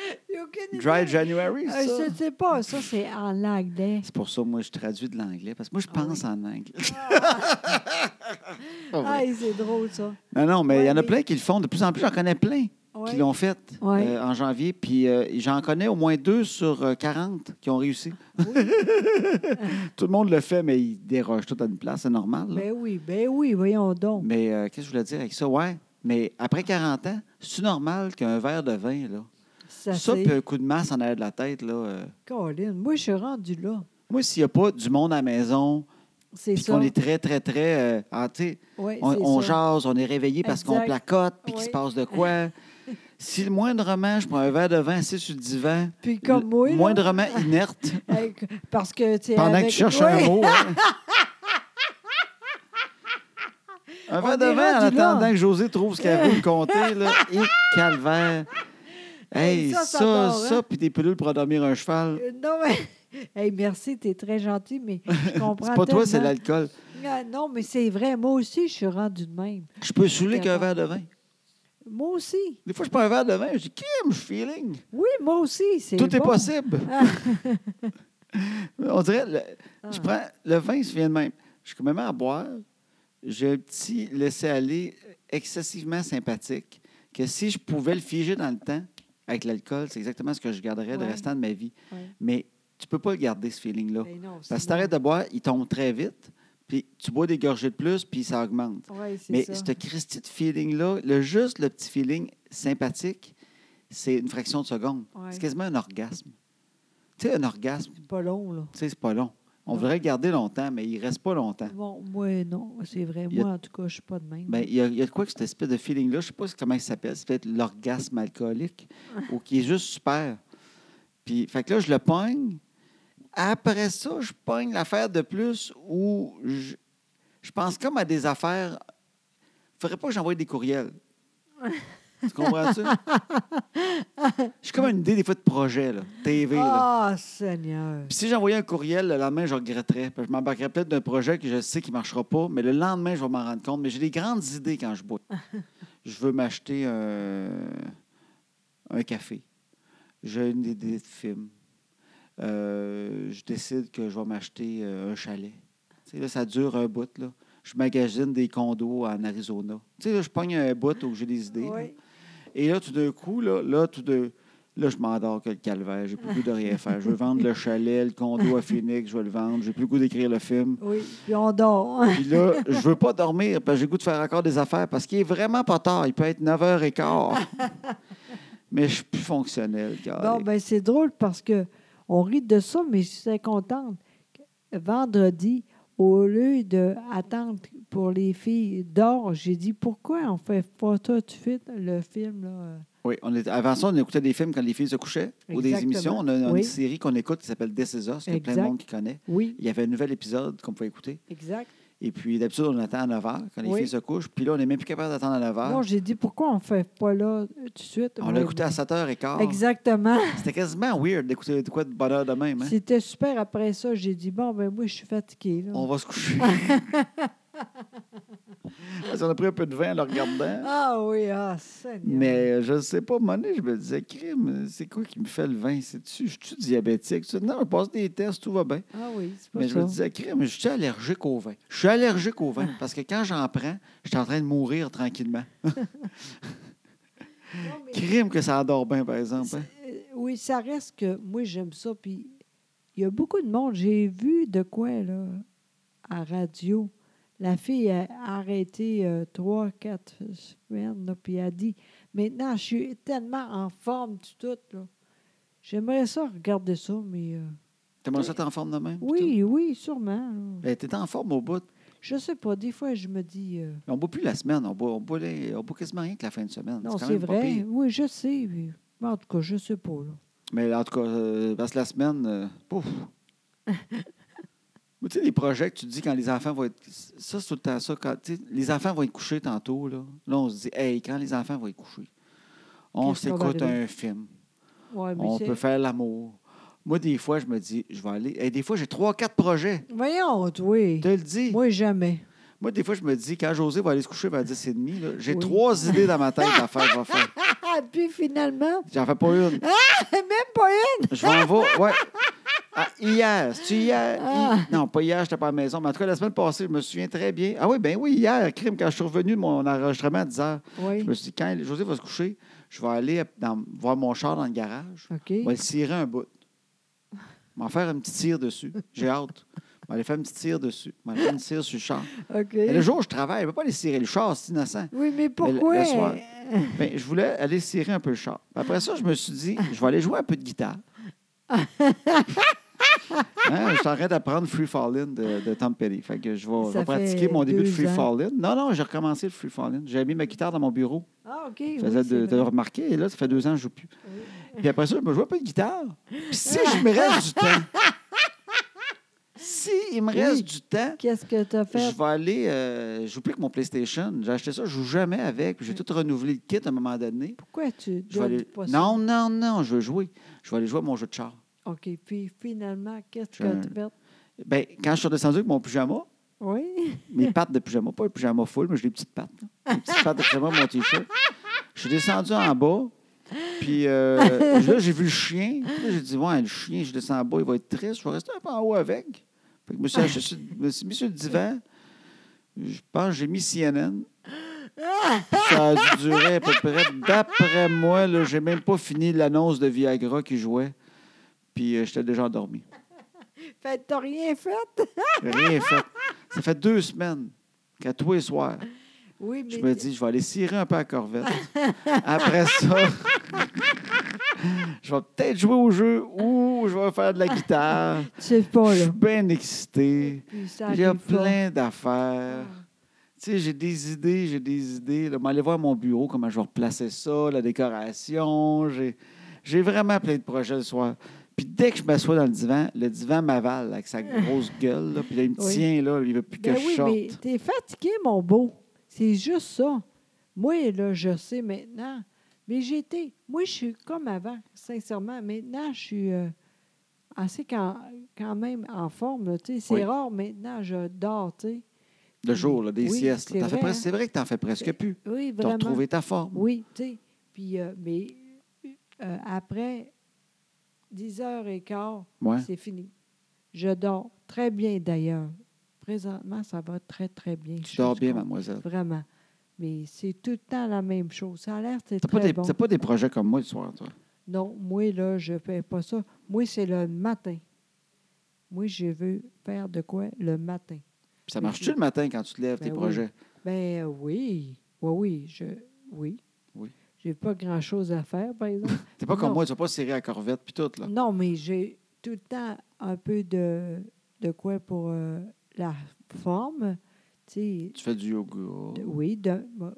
Speaker 1: Dry January,
Speaker 2: Euh,
Speaker 1: c'est ça?
Speaker 2: Je ne sais pas, ça, c'est en anglais.
Speaker 1: C'est pour ça, moi, je traduis de l'anglais, parce que moi, je
Speaker 2: Ah oui.
Speaker 1: pense en anglais. Pas vrai.
Speaker 2: Ah, c'est drôle, ça.
Speaker 1: Non, non, mais il y
Speaker 2: Ouais,
Speaker 1: en a
Speaker 2: mais-
Speaker 1: plein qui le font. De plus en plus, j'en connais plein
Speaker 2: Ouais.
Speaker 1: qui l'ont fait
Speaker 2: Ouais.
Speaker 1: euh, en janvier. Puis euh, j'en connais au moins deux sur euh, 40 qui ont réussi.
Speaker 2: Ah
Speaker 1: [laughs] tout le monde le fait, mais ils dérogent tout à une place. C'est normal. là.
Speaker 2: Ben oui, ben oui, voyons donc.
Speaker 1: Mais euh, qu'est-ce que je voulais dire avec ça? Ouais, mais après 40 ans, c'est normal qu'un verre de vin, là,
Speaker 2: Ça,
Speaker 1: ça,
Speaker 2: c'est...
Speaker 1: puis un coup de masse en arrière de la tête, là. euh,
Speaker 2: Colin, moi, je suis rendu là.
Speaker 1: moi, s'il n'y a pas du monde à la maison,
Speaker 2: C'est
Speaker 1: puis
Speaker 2: ça.
Speaker 1: qu'on est très, très, très. euh, ah, tu sais,
Speaker 2: Ouais,
Speaker 1: On,
Speaker 2: c'est
Speaker 1: on
Speaker 2: ça.
Speaker 1: jase, on est réveillé parce qu'on
Speaker 2: Exact.
Speaker 1: placote, puis qu'il
Speaker 2: Oui.
Speaker 1: se passe de quoi. si le moindrement, je prends un verre de vin assis sur le divan,
Speaker 2: Puis comme moi,
Speaker 1: le
Speaker 2: là,
Speaker 1: moindrement
Speaker 2: [laughs]
Speaker 1: inerte,
Speaker 2: avec- parce que tu sais,
Speaker 1: pendant que
Speaker 2: avec-
Speaker 1: tu cherches
Speaker 2: Ouais.
Speaker 1: un mot. hein. un
Speaker 2: On
Speaker 1: verre de
Speaker 2: est
Speaker 1: vin en
Speaker 2: rendu là.
Speaker 1: attendant que José trouve ce qu'elle veut me compter,
Speaker 2: [laughs]
Speaker 1: là, et calvaire. Hey,
Speaker 2: Hey,
Speaker 1: ça,
Speaker 2: ça,
Speaker 1: ça,
Speaker 2: ça part, hein?
Speaker 1: puis des pilules pour endormir un cheval.
Speaker 2: [laughs] Euh, Non, mais. Hey, merci, tu es très gentil, mais je
Speaker 1: [laughs]
Speaker 2: comprends.
Speaker 1: C'est pas toi, c'est
Speaker 2: tellement.
Speaker 1: l'alcool.
Speaker 2: Ah, Non, mais c'est vrai. Moi aussi, je suis rendue de même.
Speaker 1: Je peux saouler qu'un verre
Speaker 2: Capable.
Speaker 1: de vin.
Speaker 2: Moi aussi.
Speaker 1: Des fois, je prends un verre de vin, je dis, Kim, je feeling.
Speaker 2: Oui, moi aussi. C'est
Speaker 1: Tout est
Speaker 2: bon.
Speaker 1: possible. [laughs] On dirait, le- je
Speaker 2: Ah.
Speaker 1: prends le vin, se vient de même. Je suis même à boire. J'ai un petit laisser-aller excessivement sympathique que si je pouvais le figer dans le temps avec l'alcool, c'est exactement ce que je garderais le
Speaker 2: Ouais.
Speaker 1: restant de ma vie.
Speaker 2: Ouais.
Speaker 1: Mais tu peux pas le garder, ce feeling-là.
Speaker 2: Ben non, c'est
Speaker 1: Parce que
Speaker 2: bon.
Speaker 1: t'arrêtes de boire, il tombe très vite, puis tu bois des gorgées de plus, puis ça augmente.
Speaker 2: Ouais, c'est
Speaker 1: Mais
Speaker 2: ça.
Speaker 1: ce Christy de feeling-là, le, juste le petit feeling sympathique, c'est une fraction de seconde.
Speaker 2: Ouais.
Speaker 1: C'est quasiment un orgasme. Tu sais, un orgasme, tu
Speaker 2: C'est pas long, là.
Speaker 1: sais, c'est pas long. On
Speaker 2: Non.
Speaker 1: voudrait le garder longtemps, mais il reste pas longtemps.
Speaker 2: Bon, moi, non, c'est vrai.
Speaker 1: Il y a-
Speaker 2: Moi, en tout cas, je suis pas de même.
Speaker 1: Ben, il y, a- il y a de quoi que cette espèce de feeling-là, je sais pas comment il s'appelle, c'est peut-être l'orgasme alcoolique, ou qui est juste super. Puis, fait que là, je le pogne. Après ça, je pogne l'affaire de plus où je, je pense comme à des affaires. faudrait pas que j'envoie des courriels. tu comprends
Speaker 2: [laughs]
Speaker 1: ça? Je suis comme à une idée des fois de projet, là, TV. là.
Speaker 2: Ah, Seigneur.
Speaker 1: Puis si j'envoyais un courriel, le lendemain, je regretterais. Puis je m'embarquerais peut-être d'un projet que je sais qui ne marchera pas, mais le lendemain, je vais m'en rendre compte. Mais j'ai des grandes idées quand je bois. je veux m'acheter euh, un café. J'ai une idée de film. Euh, je décide que je vais m'acheter euh, un chalet. Tu sais, là, ça dure un bout. Là. Je magasine des condos en Arizona. Tu sais, là, je pogne un bout où j'ai des idées. là.
Speaker 2: Oui.
Speaker 1: Et là, tout d'un coup, là, là, tout de... là je m'endors que le calvaire. J'ai plus le goût de rien faire. Je veux vendre le chalet, le condo à Phoenix, je vais le vendre. J'ai plus le goût d'écrire le film.
Speaker 2: oui, puis on dort. hein.
Speaker 1: Puis là, je veux pas dormir parce que j'ai le goût de faire encore des affaires parce qu'il est vraiment pas tard. Il peut être 9h15.
Speaker 2: [laughs]
Speaker 1: Mais je suis plus fonctionnel.
Speaker 2: Bon,
Speaker 1: calé.
Speaker 2: ben c'est drôle parce que on rit de ça, mais je suis très contente. Vendredi, Au lieu d'attendre pour les filles d'or, j'ai dit pourquoi on fait pas tout de suite le film là?
Speaker 1: Oui, on est, avant ça, on écoutait des films quand les filles se couchaient ou des
Speaker 2: Exactement.
Speaker 1: émissions. On a une
Speaker 2: Oui.
Speaker 1: série qu'on écoute qui s'appelle This Is Us, qu'il y a plein de
Speaker 2: Exact.
Speaker 1: monde qui connaît.
Speaker 2: Oui,
Speaker 1: Il y avait un nouvel épisode qu'on pouvait écouter.
Speaker 2: exact.
Speaker 1: Et puis, d'habitude, on attend à 9 h quand les
Speaker 2: Oui.
Speaker 1: filles se couchent. Puis là, on n'est même plus capable d'attendre à 9
Speaker 2: Non,
Speaker 1: h.
Speaker 2: j'ai dit pourquoi on fait pas là tout de suite.
Speaker 1: Ah. On l'a écouté Ah, à Hein? 7 h 15
Speaker 2: Exactement.
Speaker 1: C'était quasiment weird d'écouter de quoi de bonheur de même. hein?
Speaker 2: C'était super après ça. J'ai dit, bon, ben moi, je suis fatiguée. là.
Speaker 1: On va se
Speaker 2: [laughs]
Speaker 1: coucher. Parce qu'on a pris un peu de vin en le regardant.
Speaker 2: Ah oui, ah, Seigneur.
Speaker 1: Mais euh, je ne sais pas, Monet, je me disais, crime, c'est quoi qui me fait le vin? C'est-tu, je suis diabétique? Tu- Non, je passe des tests, tout va bien.
Speaker 2: Ah oui, c'est pas
Speaker 1: Mais
Speaker 2: ça. Ah.
Speaker 1: je me disais, crime, je suis allergique au vin. Je suis allergique au vin parce que quand j'en prends, je suis en train de mourir tranquillement.
Speaker 2: Non, mais
Speaker 1: Crime que ça adore bien, par exemple. hein?
Speaker 2: c'est- euh, oui, ça reste que moi, j'aime ça. Puis il y a beaucoup de monde. J'ai vu de quoi, là, à radio. La fille a arrêté euh, trois, quatre semaines, là, puis elle a dit Maintenant, je suis tellement en forme, du tout. là. J'aimerais ça regarder ça, mais. euh,
Speaker 1: T'aimerais ça, t'es en forme de même? plutôt?
Speaker 2: oui, oui, sûrement. là.
Speaker 1: Ben, t'es en forme au bout.
Speaker 2: Je sais pas. Des fois, je me dis. euh,
Speaker 1: On ne boit plus la semaine, on boit, on boit, les- on boit quasiment rien que la fin de semaine.
Speaker 2: non,
Speaker 1: quand
Speaker 2: c'est
Speaker 1: même pas
Speaker 2: vrai.
Speaker 1: pire.
Speaker 2: Oui, je sais. mais- mais en tout cas, je sais pas. là.
Speaker 1: Mais en tout cas, euh, parce que la semaine, euh,
Speaker 2: [laughs]
Speaker 1: pouf. Mais tu sais, les projets que tu dis quand les enfants vont être. Ça, c'est tout le temps ça. Quand, tu sais, les enfants vont être couchés tantôt. Là. là, on se dit, hey, quand les enfants vont être couchés, on
Speaker 2: Qu'est-ce qu'on va
Speaker 1: s'écoute
Speaker 2: arriver?
Speaker 1: un film.
Speaker 2: Ouais, mais
Speaker 1: On
Speaker 2: c'est-
Speaker 1: peut faire l'amour. Moi, des fois, je me dis, je vais aller. Hey, des fois, j'ai trois, quatre projets.
Speaker 2: Voyons, oui.
Speaker 1: Je te le dis.
Speaker 2: Moi, jamais.
Speaker 1: Moi, des fois, je me dis, quand José va aller se coucher vers 10h30, là, j'ai
Speaker 2: Oui.
Speaker 1: trois idées dans ma tête à faire. va
Speaker 2: [laughs]
Speaker 1: faire.
Speaker 2: Ah, puis finalement, [laughs]
Speaker 1: J'en fais pas une.
Speaker 2: même pas une.
Speaker 1: Je m'en vais. Ouais. Ah, hier, c'est hier. Hi- Non, pas hier, j'étais pas à la maison. Mais en tout cas, la semaine passée, je me souviens très bien. Ah oui, ben oui, hier, crime, quand je suis revenu de mon enregistrement à 10 heures, je
Speaker 2: Oui.
Speaker 1: me suis dit, quand José va se coucher, je vais aller dans- voir mon char dans le garage.
Speaker 2: OK.
Speaker 1: Je vais le cirer un bout. Je vais en faire un petit tir dessus. J'ai hâte. Je vais aller faire un petit tir dessus. Je vais aller faire un petit tir sur le char.
Speaker 2: OK.
Speaker 1: Mais le jour où je travaille, je ne peux pas aller cirer le char, c'est innocent.
Speaker 2: Oui, mais
Speaker 1: Mais le-
Speaker 2: pourquoi?
Speaker 1: le soir. Ben, je voulais aller cirer un peu le char. Après ça, je me suis dit, je vais aller jouer un peu de
Speaker 2: [laughs]
Speaker 1: guitare. Hein, je suis en train d'apprendre Free Fallin' de, de Tom Petty. Fait que je vais, je
Speaker 2: Ça
Speaker 1: vais pratiquer
Speaker 2: fait
Speaker 1: mon début de
Speaker 2: deux
Speaker 1: Free
Speaker 2: ans.
Speaker 1: Fallin'. Non, non, j'ai recommencé le Free Fallin'. J'avais mis ma guitare dans mon bureau.
Speaker 2: Ah, OK.
Speaker 1: Je
Speaker 2: oui,
Speaker 1: faisais
Speaker 2: c'est
Speaker 1: de,
Speaker 2: vrai.
Speaker 1: de le remarquer. Et là, ça fait deux ans que je joue plus. Puis après ça, je me joue un peu de guitare. Puis si je me reste du temps, si il me reste
Speaker 2: Oui.
Speaker 1: du temps,
Speaker 2: Qu'est-ce que tu as fait?
Speaker 1: je vais aller. euh, je joue plus que mon PlayStation. J'ai acheté ça, je joue jamais avec. Puis J'ai tout renouvelé le kit à un moment donné.
Speaker 2: Pourquoi tu
Speaker 1: Je vais
Speaker 2: donnes
Speaker 1: aller-
Speaker 2: pas ça?
Speaker 1: Non, non, non, je veux jouer. Je vais aller jouer à mon jeu de char.
Speaker 2: OK. Puis finalement, qu'est-ce
Speaker 1: Je-
Speaker 2: que tu fait?
Speaker 1: Ben, quand je suis redescendu avec mon pyjama,
Speaker 2: Oui. [laughs]
Speaker 1: mes pattes de pyjama, pas le pyjama full, mais j'ai des petites pattes. là. Des petites pattes de pyjama, mon t-shirt. Je suis descendu en bas. Puis euh, là, j'ai vu le chien. Puis Là, j'ai dit, ouais, le chien, je descends en bas, il va être triste. Je vais rester un peu en haut avec. Fait que je me suis, acheté sur- je me suis mis sur le divan. Je pense que j'ai mis CNN.
Speaker 2: Ah,
Speaker 1: Ça a dû durer à peu près. D'après moi, là, j'ai même pas fini l'annonce de Viagra qui jouait. Puis euh, j'étais déjà endormi.
Speaker 2: Fait que t'as rien fait?
Speaker 1: Rien fait. Ça fait deux semaines qu'à tous les soirs,
Speaker 2: Oui, mais.
Speaker 1: je me dis, je vais aller cirer un peu à Corvette. Après ça, [laughs] je vais peut-être jouer au jeu ou je vais faire de la guitare.
Speaker 2: Tu sais pas,
Speaker 1: Je
Speaker 2: là.
Speaker 1: suis bien excité.
Speaker 2: Puis ça
Speaker 1: Il y a
Speaker 2: arrive pas.
Speaker 1: plein d'affaires. Ah. Tu sais, j'ai des idées, j'ai des idées. Là, m'aller voir mon bureau, comment je vais replacer ça, la décoration. J'ai, j'ai vraiment plein de projets le soir. Puis dès que je m'assois dans le divan, le divan m'avale avec sa grosse gueule. là. Puis là, il me
Speaker 2: Oui.
Speaker 1: tient, là, il veut plus que
Speaker 2: Ben
Speaker 1: je
Speaker 2: oui,
Speaker 1: sorte.
Speaker 2: mais t'es fatigué, mon beau. C'est juste ça. Moi, là, je sais maintenant. Mais j'étais. Moi, je suis comme avant, sincèrement. Maintenant, je suis euh, assez quand, quand même en forme. là, tu sais. C'est
Speaker 1: Oui.
Speaker 2: rare maintenant, je dors. tu sais.
Speaker 1: Le jour, là, des
Speaker 2: Oui,
Speaker 1: siestes. là.
Speaker 2: c'est
Speaker 1: T'en fais
Speaker 2: vrai,
Speaker 1: presque-
Speaker 2: hein.
Speaker 1: c'est vrai que tu n'en fais presque plus.
Speaker 2: Oui,
Speaker 1: Tu as
Speaker 2: vraiment.
Speaker 1: retrouvé ta forme.
Speaker 2: Oui, tu sais. Puis, euh, mais euh, après 10h15,
Speaker 1: Ouais.
Speaker 2: c'est fini. Je dors très bien d'ailleurs. Présentement, ça va très, très bien.
Speaker 1: Tu
Speaker 2: Je
Speaker 1: dors
Speaker 2: suis
Speaker 1: bien,
Speaker 2: contente.
Speaker 1: mademoiselle.
Speaker 2: Vraiment. Mais c'est tout le temps la même chose. Ça a l'air, c'est
Speaker 1: Tu n'as pas,
Speaker 2: très
Speaker 1: des-
Speaker 2: bon.
Speaker 1: t'as pas des projets comme moi le soir, toi.
Speaker 2: Non, moi, là, je ne fais pas ça. Moi, c'est le matin. Moi, je veux faire de quoi le matin.
Speaker 1: Puis ça
Speaker 2: Mais
Speaker 1: marche-tu
Speaker 2: je-
Speaker 1: le matin quand tu te lèves, tes
Speaker 2: Ben oui.
Speaker 1: projets?
Speaker 2: Ben oui. Oui, oui, je... Oui.
Speaker 1: Oui.
Speaker 2: J'ai pas grand-chose à faire, par exemple.
Speaker 1: [laughs] T'es pas comme
Speaker 2: Non.
Speaker 1: moi, tu vas pas serrer à corvette puis tout, là.
Speaker 2: non, mais j'ai tout le temps un peu de, de quoi pour euh, la forme. Tu sais,
Speaker 1: Tu fais du yoga.
Speaker 2: oui, de- moi,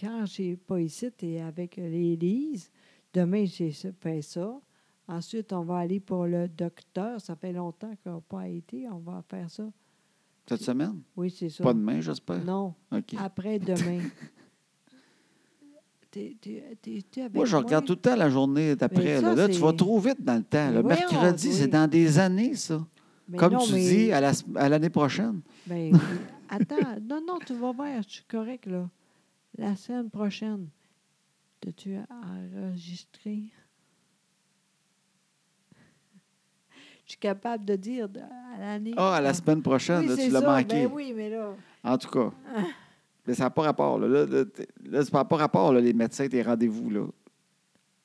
Speaker 2: quand j'ai pas ici, et avec euh, l'Élise, demain, j'ai fait ça. Ensuite, on va aller pour le docteur. Ça fait longtemps qu'on n'a pas été. On va faire ça.
Speaker 1: Cette semaine?
Speaker 2: Oui, c'est ça.
Speaker 1: Pas demain, j'espère?
Speaker 2: Non, Ah,
Speaker 1: OK.
Speaker 2: après-demain.
Speaker 1: [laughs]
Speaker 2: T'es- t'es- t'es-tu avec
Speaker 1: Moi, je regarde tout le temps la journée d'après.
Speaker 2: Mais
Speaker 1: Là,
Speaker 2: ben, ça,
Speaker 1: Là, tu
Speaker 2: c'est-
Speaker 1: vas trop vite dans le temps.
Speaker 2: Mais
Speaker 1: Le
Speaker 2: voyons,
Speaker 1: mercredi,
Speaker 2: oui.
Speaker 1: c'est dans des années, ça.
Speaker 2: Mais
Speaker 1: Comme
Speaker 2: non,
Speaker 1: tu
Speaker 2: mais-
Speaker 1: dis, à la sem- à l'année prochaine.
Speaker 2: Ben,
Speaker 1: [laughs]
Speaker 2: attends, non, non, tu vas voir, je suis correct, là. La semaine prochaine, t'as-tu enregistré? Je suis capable de dire de- à l'année.
Speaker 1: Ah, à la semaine prochaine,
Speaker 2: Oui,
Speaker 1: là, tu
Speaker 2: c'est
Speaker 1: l'as
Speaker 2: ça,
Speaker 1: manqué.
Speaker 2: ben oui, Ah. mais là,
Speaker 1: En tout cas. Mais ça n'a pas rapport. Là, là, là, t'es- là, ça n'a pas rapport, là, les médecins, tes rendez-vous. Là.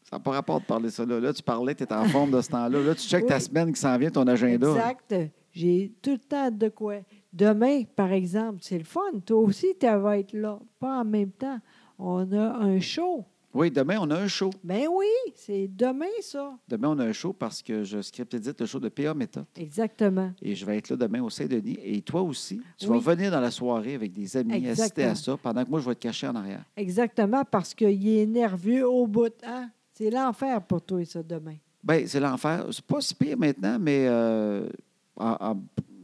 Speaker 1: Ça n'a pas rapport de parler ça. Là, Là, tu parlais, tu étais en forme de ce temps-là. Là, tu checkes ta
Speaker 2: Oui.
Speaker 1: semaine qui s'en vient, ton agenda.
Speaker 2: exact. J'ai tout le temps de quoi. Demain, par exemple, c'est le fun. Toi aussi, tu vas être là. Pas en même temps. On a un show.
Speaker 1: Oui, demain, on a un show.
Speaker 2: Ben oui, c'est demain, ça.
Speaker 1: Demain, on a un show parce que je script édite le show de PA Méthode.
Speaker 2: Exactement.
Speaker 1: Et je vais être là demain au Saint-Denis. Et toi aussi, tu
Speaker 2: Oui.
Speaker 1: vas venir dans la soirée avec des amis, assister à ça, pendant que moi, je vais te cacher en arrière.
Speaker 2: Exactement, parce qu'il est nerveux au bout. Hein? C'est l'enfer pour toi, ça, demain.
Speaker 1: Bien, Ben, c'est l'enfer. C'est pas si pire maintenant, mais. Euh, en- en-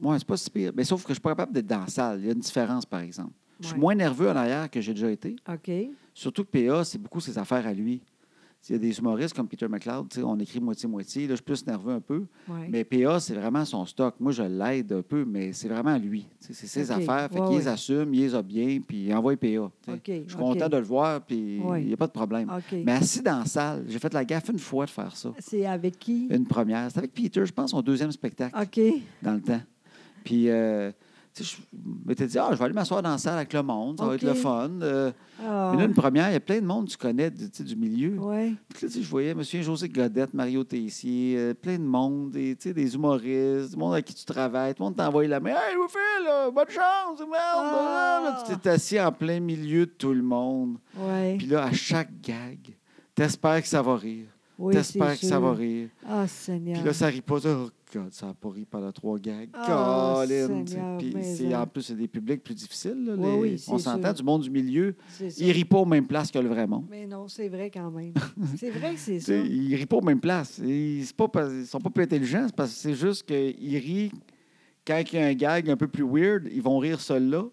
Speaker 1: ouais, c'est pas si pire. Mais sauf que je suis pas capable d'être dans la salle. Il y a une différence, par exemple. Je suis
Speaker 2: Ouais.
Speaker 1: moins nerveux en arrière que j'ai déjà été.
Speaker 2: OK?
Speaker 1: Surtout que PA, c'est beaucoup ses affaires à lui. Il y a des humoristes comme Peter McLeod, tu sais, on écrit moitié-moitié. Là, je suis plus nerveux un peu.
Speaker 2: Ouais.
Speaker 1: Mais PA, c'est vraiment son stock. Moi, je l'aide un peu, mais c'est vraiment lui. Tu sais, C'est ses
Speaker 2: OK.
Speaker 1: affaires. Fait
Speaker 2: Ouais,
Speaker 1: qu'il
Speaker 2: ouais.
Speaker 1: les assume, il les a bien, puis il envoie PA. tu sais.
Speaker 2: OK,
Speaker 1: Je suis
Speaker 2: OK.
Speaker 1: content de le voir, puis il
Speaker 2: Ouais.
Speaker 1: n'y a pas de problème.
Speaker 2: OK.
Speaker 1: Mais assis dans la salle, j'ai fait la gaffe une fois de faire ça.
Speaker 2: C'est avec qui?
Speaker 1: Une première. C'était avec Peter, je pense, son deuxième spectacle
Speaker 2: OK.
Speaker 1: dans le temps. Puis, euh, tu sais, je m'étais dit, ah, je vais aller m'asseoir dans la salle avec le monde, ça va
Speaker 2: OK.
Speaker 1: être le fun. Euh,
Speaker 2: Ah,
Speaker 1: mais là, une première, il y a plein de monde que tu connais du, tu sais, du milieu.
Speaker 2: ouais.
Speaker 1: Puis là, tu sais, je voyais M. José Godette, Mario Tessier, euh, plein de monde, des, tu sais, des humoristes, du monde avec qui tu travailles, tout le monde t'envoie la main. Hey, vous faites, là, bonne chance, merde!
Speaker 2: Ah!
Speaker 1: là, là. tu t'es assis en plein milieu de tout le monde.
Speaker 2: Ouais.
Speaker 1: Puis là, à chaque gag, t'espères que ça va rire.
Speaker 2: Oui,
Speaker 1: t'espères
Speaker 2: c'est
Speaker 1: que ça
Speaker 2: sûr.
Speaker 1: va rire.
Speaker 2: Ah,
Speaker 1: Puis
Speaker 2: Seigneur.
Speaker 1: là, ça rit pas. ça. Oh, God, ça n'a pas ri pendant trois gags.
Speaker 2: Ah,
Speaker 1: Colin, tu sais.
Speaker 2: Seigneur,
Speaker 1: Puis
Speaker 2: mais
Speaker 1: c'est-
Speaker 2: hein.
Speaker 1: en plus, c'est des publics plus difficiles. là,
Speaker 2: Oui,
Speaker 1: les-
Speaker 2: oui, c'est
Speaker 1: on s'entend
Speaker 2: sûr.
Speaker 1: du monde du milieu.
Speaker 2: C'est ça.
Speaker 1: Il rit pas aux mêmes places que le vrai monde.
Speaker 2: Mais non, c'est vrai quand même.
Speaker 1: [laughs]
Speaker 2: c'est vrai que c'est
Speaker 1: Tu
Speaker 2: ça.
Speaker 1: sais, Ils rient pas aux mêmes places. Et c'est pas parce- Ils ne sont pas plus intelligents, c'est parce que c'est juste qu'ils rient quand il y a un gag un peu plus weird, ils vont rire seuls là.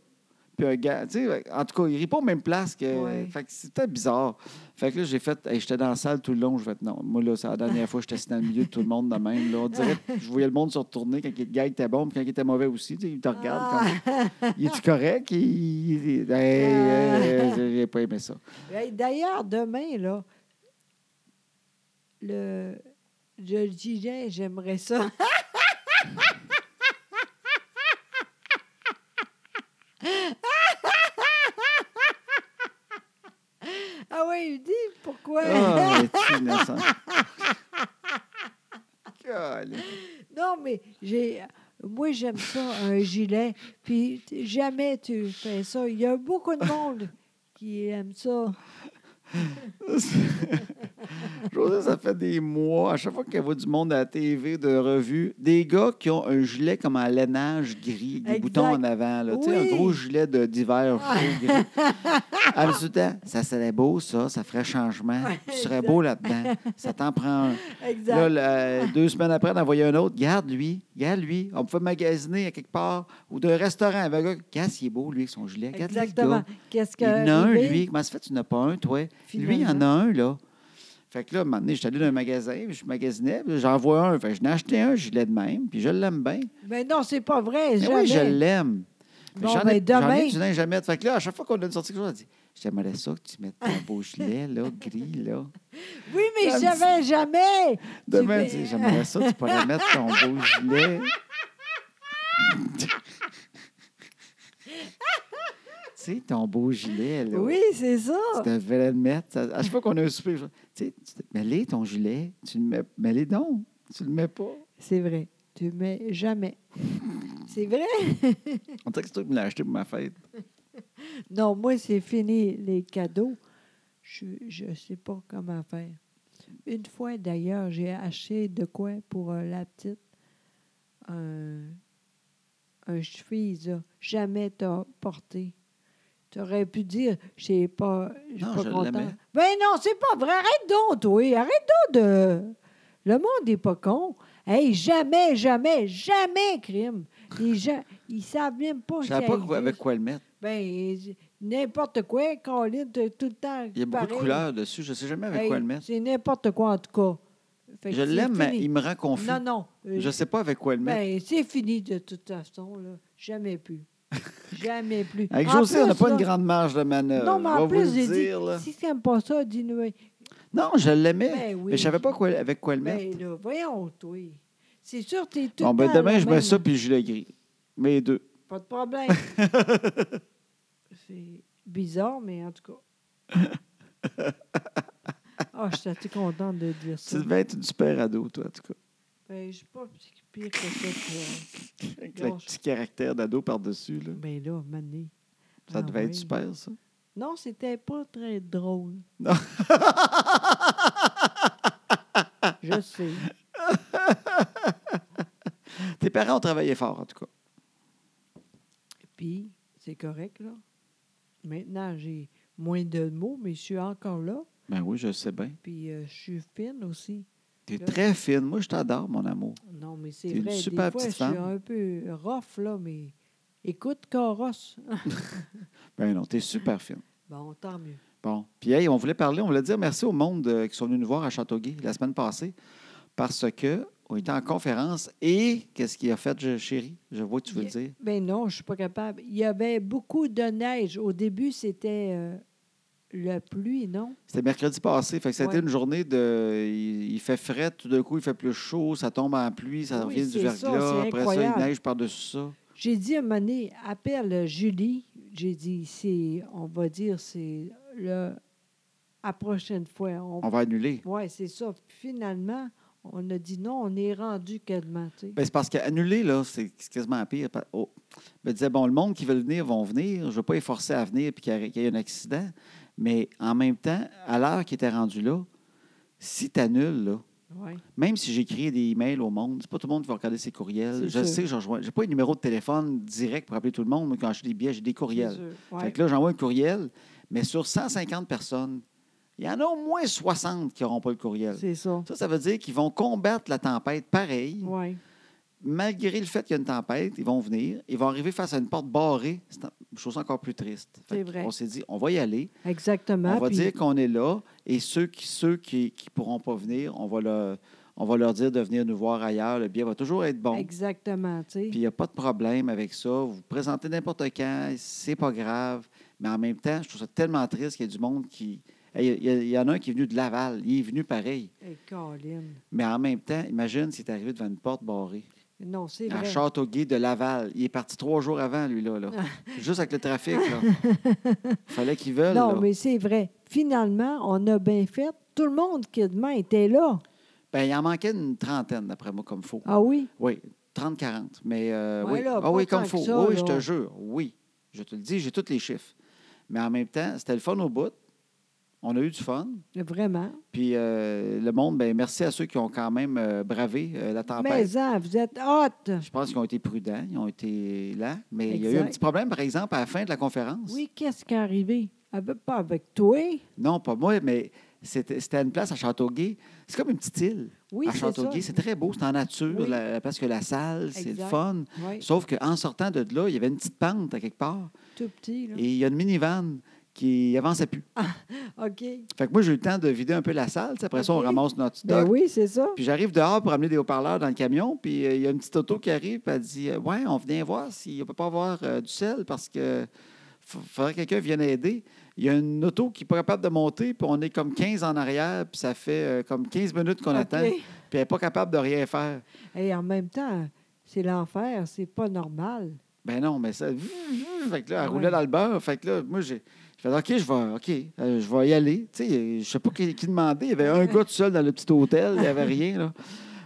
Speaker 1: Puis un gars, tu sais, en tout cas, ils rient pas aux mêmes places que.
Speaker 2: Ouais.
Speaker 1: Fait que c'était bizarre. Fait que là, j'ai fait. hey, j'étais dans la salle tout le long. Je vais non. Moi, là, c'est la dernière fois que j'étais assis dans le milieu de tout le monde de même. Là. On dirait que je voyais le monde se retourner quand le gag était bon, puis quand il était mauvais aussi. Tu sais, il te regarde.
Speaker 2: Ah.
Speaker 1: Comme... Il est-tu correct? Il... il- Hey, hey, hey, j'ai pas aimé ça.
Speaker 2: Hey, D'ailleurs, demain, là, le. Je le disais, j'aimerais ça. [laughs] ah oui, dis pourquoi.
Speaker 1: Ah, es-tu innocent? [laughs] Calme.
Speaker 2: [laughs] Non, mais j'ai. Moi, j'aime ça, un gilet. Puis t- jamais tu fais ça. Il y a beaucoup de monde qui aime ça.
Speaker 1: José, ça fait des mois, à chaque fois qu'elle voit du monde à la TV, de revue, des gars qui ont un gilet comme en lainage gris, des
Speaker 2: Exact.
Speaker 1: boutons en avant, là, tu sais,
Speaker 2: Oui. Ah.
Speaker 1: un gros gilet de- d'hiver chaud gris. Ah, À me soutenir, ça serait beau, ça, ça ferait changement.
Speaker 2: [laughs] Ouais,
Speaker 1: tu serais
Speaker 2: exact.
Speaker 1: beau là-dedans. Ça t'en prend un.
Speaker 2: Exact.
Speaker 1: Là, la- deux semaines après, on envoyait un autre. Garde lui, garde lui. On pouvait magasiner à quelque part ou d'un restaurant avec un gars. Regarde, il est beau, lui, avec son gilet. Regarde, lui, le
Speaker 2: Exactement.
Speaker 1: gars.
Speaker 2: Qu'est-ce que.
Speaker 1: Il y en a un,
Speaker 2: mais-
Speaker 1: lui. Comment ça fait, que tu n'as pas un, toi? Lui, il y en
Speaker 2: Finalement.
Speaker 1: a un, là. Fait que là, un moment donné, j'étais allé dans un magasin, puis je magasinais, puis j'en vois un. Fait que je n'ai acheté un gilet de même, puis je l'aime bien.
Speaker 2: Mais non, c'est pas vrai.
Speaker 1: Mais
Speaker 2: Jamais.
Speaker 1: oui, je l'aime. Mais
Speaker 2: Bon,
Speaker 1: j'en ai,
Speaker 2: ben,
Speaker 1: j'en ai
Speaker 2: demain-
Speaker 1: du linge à mettre. Fait que là, à chaque fois qu'on a une sortie, quelque chose, on dit J'aimerais ça que tu mettes ton beau gilet, là, gris, là.
Speaker 2: Oui,
Speaker 1: Un
Speaker 2: mais
Speaker 1: petit-
Speaker 2: jamais, jamais.
Speaker 1: Demain, elle
Speaker 2: Tu-
Speaker 1: dit, j'aimerais ça, tu pourrais mettre ton beau gilet. tu sais, ton beau gilet, là.
Speaker 2: Oui, c'est ça.
Speaker 1: Tu devrais le mettre. À à chaque fois qu'on a un souper, je- tu sais, tu te- mets-les ton gilet. Tu le mets, mets-les donc. Tu le mets pas.
Speaker 2: C'est vrai. Tu mets jamais. C'est vrai?
Speaker 1: On dirait que c'est toi qui me l'as acheté pour ma fête.
Speaker 2: Non, moi, c'est fini les cadeaux. Je ne sais pas comment faire. Une fois, d'ailleurs, j'ai acheté de quoi pour euh, la petite? Un, un cheville, là, jamais t'as porté. Tu aurais pu dire, je sais pas, je suis
Speaker 1: Non,
Speaker 2: pas
Speaker 1: je
Speaker 2: content.
Speaker 1: l'aimais.
Speaker 2: Ben non, c'est pas vrai. Arrête donc, toi. Arrête donc de. Le monde n'est pas con. Hey, jamais, jamais, jamais crime. Les gens, ils savent même pas.
Speaker 1: Je ne
Speaker 2: ça
Speaker 1: savais pas quoi-
Speaker 2: existe.
Speaker 1: avec quoi le mettre.
Speaker 2: Ben, j- n'importe quoi, Colin, t'as tout le temps.
Speaker 1: Il y a beaucoup de
Speaker 2: pareil.
Speaker 1: couleurs dessus. Je ne sais jamais avec
Speaker 2: Hey,
Speaker 1: quoi le mettre.
Speaker 2: C'est n'importe quoi, en tout cas. Fait que
Speaker 1: Je
Speaker 2: c'est
Speaker 1: l'aime, mais
Speaker 2: fini.
Speaker 1: il me rend confus.
Speaker 2: Non, non. euh,
Speaker 1: Je ne sais pas avec quoi le mettre.
Speaker 2: ben, c'est fini de toute façon, là.
Speaker 1: [laughs]
Speaker 2: Jamais plus. Jamais plus.
Speaker 1: Avec
Speaker 2: En
Speaker 1: José, on n'a
Speaker 2: plus,
Speaker 1: pas une
Speaker 2: là-
Speaker 1: grande marge de manœuvre.
Speaker 2: Non, mais
Speaker 1: Je vais
Speaker 2: en
Speaker 1: vous
Speaker 2: plus,
Speaker 1: le
Speaker 2: j'ai
Speaker 1: dire, là.
Speaker 2: dit, si tu n'aimes pas ça, dis-nous.
Speaker 1: Non, je l'aimais,
Speaker 2: Ben oui.
Speaker 1: mais je ne savais pas quoi- avec quoi le mettre.
Speaker 2: Ben là, voyons, toi. C'est sûr, tu es tout.
Speaker 1: Bon,
Speaker 2: le
Speaker 1: ben,
Speaker 2: temps
Speaker 1: demain,
Speaker 2: la
Speaker 1: je
Speaker 2: même.
Speaker 1: mets ça puis je le gris. Mes deux.
Speaker 2: Pas de problème.
Speaker 1: [laughs]
Speaker 2: C'est bizarre, mais en tout cas.
Speaker 1: [laughs]
Speaker 2: Ah, je suis assez contente de
Speaker 1: Tu
Speaker 2: dire ça.
Speaker 1: devais être une super ado, toi, en tout
Speaker 2: [laughs]
Speaker 1: cas.
Speaker 2: Ben, je suis pas si pire que ça. toi.
Speaker 1: Avec
Speaker 2: Non,
Speaker 1: le
Speaker 2: je-
Speaker 1: petit caractère d'ado par-dessus, là.
Speaker 2: Ben là, Mané.
Speaker 1: Ça devait être super, ça.
Speaker 2: Ah Non, c'était pas très drôle.
Speaker 1: Non.
Speaker 2: Je sais.
Speaker 1: Tes parents ont travaillé fort, en tout cas.
Speaker 2: Puis, c'est correct, là. Maintenant, j'ai moins de mots, mais je suis encore là.
Speaker 1: Ben oui, je sais bien.
Speaker 2: Puis, euh, je suis fine aussi.
Speaker 1: T'es
Speaker 2: Là.
Speaker 1: très fine. Moi, je t'adore, mon amour.
Speaker 2: Non, mais c'est
Speaker 1: T'es une
Speaker 2: vrai.
Speaker 1: super
Speaker 2: des fois, je
Speaker 1: petite
Speaker 2: suis
Speaker 1: femme.
Speaker 2: un peu rough, là, mais écoute, Coros.
Speaker 1: Ben non, t'es super fine.
Speaker 2: bon, tant mieux.
Speaker 1: Bon. Puis, hey, on voulait parler, on voulait dire merci au monde euh, qui sont venus nous voir à Châteauguay la semaine passée parce que on était en conférence et qu'est-ce qu'il a fait, je- chérie? Je vois que tu veux le
Speaker 2: Yeah.
Speaker 1: dire.
Speaker 2: Ben non, je suis pas capable. Il y avait beaucoup de neige. Au début, c'était euh, la pluie, non?
Speaker 1: C'était mercredi passé. Fait que ça a été
Speaker 2: Ouais.
Speaker 1: une journée de. Il, il fait frais, tout d'un coup, il fait plus chaud, ça tombe en pluie, ça
Speaker 2: Oui,
Speaker 1: revient du
Speaker 2: c'est ça,
Speaker 1: verglas.
Speaker 2: c'est
Speaker 1: Après ça, il
Speaker 2: incroyable.
Speaker 1: neige par-dessus ça.
Speaker 2: J'ai dit à un moment donné, appelle Julie. J'ai dit, c'est, on va dire, c'est le, la prochaine fois.
Speaker 1: On va annuler.
Speaker 2: Oui, c'est ça. Puis Finalement, on a dit non, on est rendu calmement. tu sais.
Speaker 1: Ben, c'est parce qu'annuler, là, c'est c'est quasiment pire. Pa- Oh. Ben, je disais, bon, le monde qui veut venir vont venir. Je ne veux pas les forcer à venir et qu'il y a- qu'il y ait un accident. Mais en même temps, à l'heure qui était rendu là, si tu annules, là,
Speaker 2: Ouais.
Speaker 1: même si j'écris des emails au monde, c'est pas tout le monde qui va regarder ses courriels.
Speaker 2: C'est
Speaker 1: Je
Speaker 2: sûr.
Speaker 1: sais, je n'ai pas un numéro de téléphone direct pour appeler tout le monde. mais Quand je des billets, j'ai des courriels.
Speaker 2: C'est sûr. Ouais.
Speaker 1: Fait que là, j'envoie un courriel, mais sur 150 personnes, il y en a au moins 60 qui n'auront pas le courriel.
Speaker 2: C'est ça.
Speaker 1: Ça, ça veut dire qu'ils vont combattre la tempête pareil
Speaker 2: Oui.
Speaker 1: malgré le fait qu'il y a une tempête, ils vont venir, ils vont arriver face à une porte barrée. C'est en- chose encore plus triste. Fait
Speaker 2: C'est
Speaker 1: que
Speaker 2: vrai.
Speaker 1: On s'est dit, on va y aller.
Speaker 2: Exactement.
Speaker 1: on va
Speaker 2: Puis,
Speaker 1: dire qu'on est là et ceux qui ceux qui, qui pourront pas venir, on va leur, on va leur dire de venir nous voir ailleurs. Le billet va toujours être bon.
Speaker 2: Exactement. tu sais.
Speaker 1: Puis il n'y a pas de problème avec ça. Vous vous présentez n'importe quand, c'est pas grave. Mais en même temps, je trouve ça tellement triste qu'il y ait du monde qui. Hey, Il y, a- il y en a un qui est venu de Laval. Il est venu pareil.
Speaker 2: Hey, Colin.
Speaker 1: Mais en même temps, imagine s'il est arrivé devant une porte barrée.
Speaker 2: Non, c'est
Speaker 1: À
Speaker 2: vrai.
Speaker 1: Châteauguay de Laval. Il est parti trois jours avant, lui-là.
Speaker 2: [laughs]
Speaker 1: Là. Juste avec le trafic. Il fallait qu'ils veulent.
Speaker 2: Non,
Speaker 1: là.
Speaker 2: mais c'est vrai. Finalement, on a bien fait. Tout le monde qui demain était là.
Speaker 1: Ben, il en manquait une trentaine, d'après moi, comme faux.
Speaker 2: Ah oui?
Speaker 1: Oui, 30-40. Mais euh,
Speaker 2: Ouais,
Speaker 1: oui.
Speaker 2: là,
Speaker 1: Ah
Speaker 2: pas
Speaker 1: oui,
Speaker 2: tant
Speaker 1: comme
Speaker 2: que
Speaker 1: faux.
Speaker 2: ça,
Speaker 1: oui, je
Speaker 2: là.
Speaker 1: te jure. Oui. Je te le dis, j'ai tous les chiffres. Mais en même temps, c'était le fun au bout. On a eu du fun.
Speaker 2: Vraiment.
Speaker 1: Puis euh, le monde, ben, merci à ceux qui ont quand même euh, bravé euh, la tempête.
Speaker 2: Mais hein, vous êtes hot.
Speaker 1: Je pense qu'ils ont été prudents, ils ont été là. Mais il y a eu un
Speaker 2: Exact.
Speaker 1: petit problème, par exemple, à la fin de la conférence.
Speaker 2: Oui, qu'est-ce qui est arrivé? Avec- Pas avec toi.
Speaker 1: Non, pas moi, mais c'était c'était une place à Châteauguay. C'est comme une petite île
Speaker 2: Oui,
Speaker 1: à
Speaker 2: c'est ça.
Speaker 1: Châteauguay. C'est très beau, c'est en nature,
Speaker 2: Oui.
Speaker 1: la- parce que la salle, c'est le
Speaker 2: Exact.
Speaker 1: fun.
Speaker 2: Oui,
Speaker 1: Sauf qu'en sortant de là, il y avait une petite pente à quelque part
Speaker 2: tout petit. Là.
Speaker 1: et il y a une minivan qui avançait plus.
Speaker 2: OK.
Speaker 1: Fait que moi, j'ai eu le temps de vider un peu la salle. tu sais, Après ça, on
Speaker 2: Ok.
Speaker 1: ramasse notre stock.
Speaker 2: Ben oui, c'est ça.
Speaker 1: Puis j'arrive dehors pour amener des haut-parleurs dans le camion. Puis euh, il y a une petite auto qui arrive. Puis elle dit euh, Ouais, on vient voir si on peut pas avoir euh, du sel parce que f- faudrait que quelqu'un vienne aider. Il y a une auto qui n'est pas capable de monter. Puis on est comme 15 en arrière. Puis ça fait euh, comme 15 minutes qu'on
Speaker 2: OK.
Speaker 1: attend. Puis elle n'est pas capable de rien faire.
Speaker 2: Et en même temps, c'est l'enfer, c'est pas normal.
Speaker 1: Ben non, mais ça. Fait que là, elle
Speaker 2: Ah Ouais.
Speaker 1: roulait dans le beurre. Fait que là, moi, j'ai. Je fais, OK, je vais, OK, euh, je vais y aller. Tu sais, je sais pas qui, qui demander. Il y avait un gars tout seul dans le petit hôtel. Il n'y avait rien, là.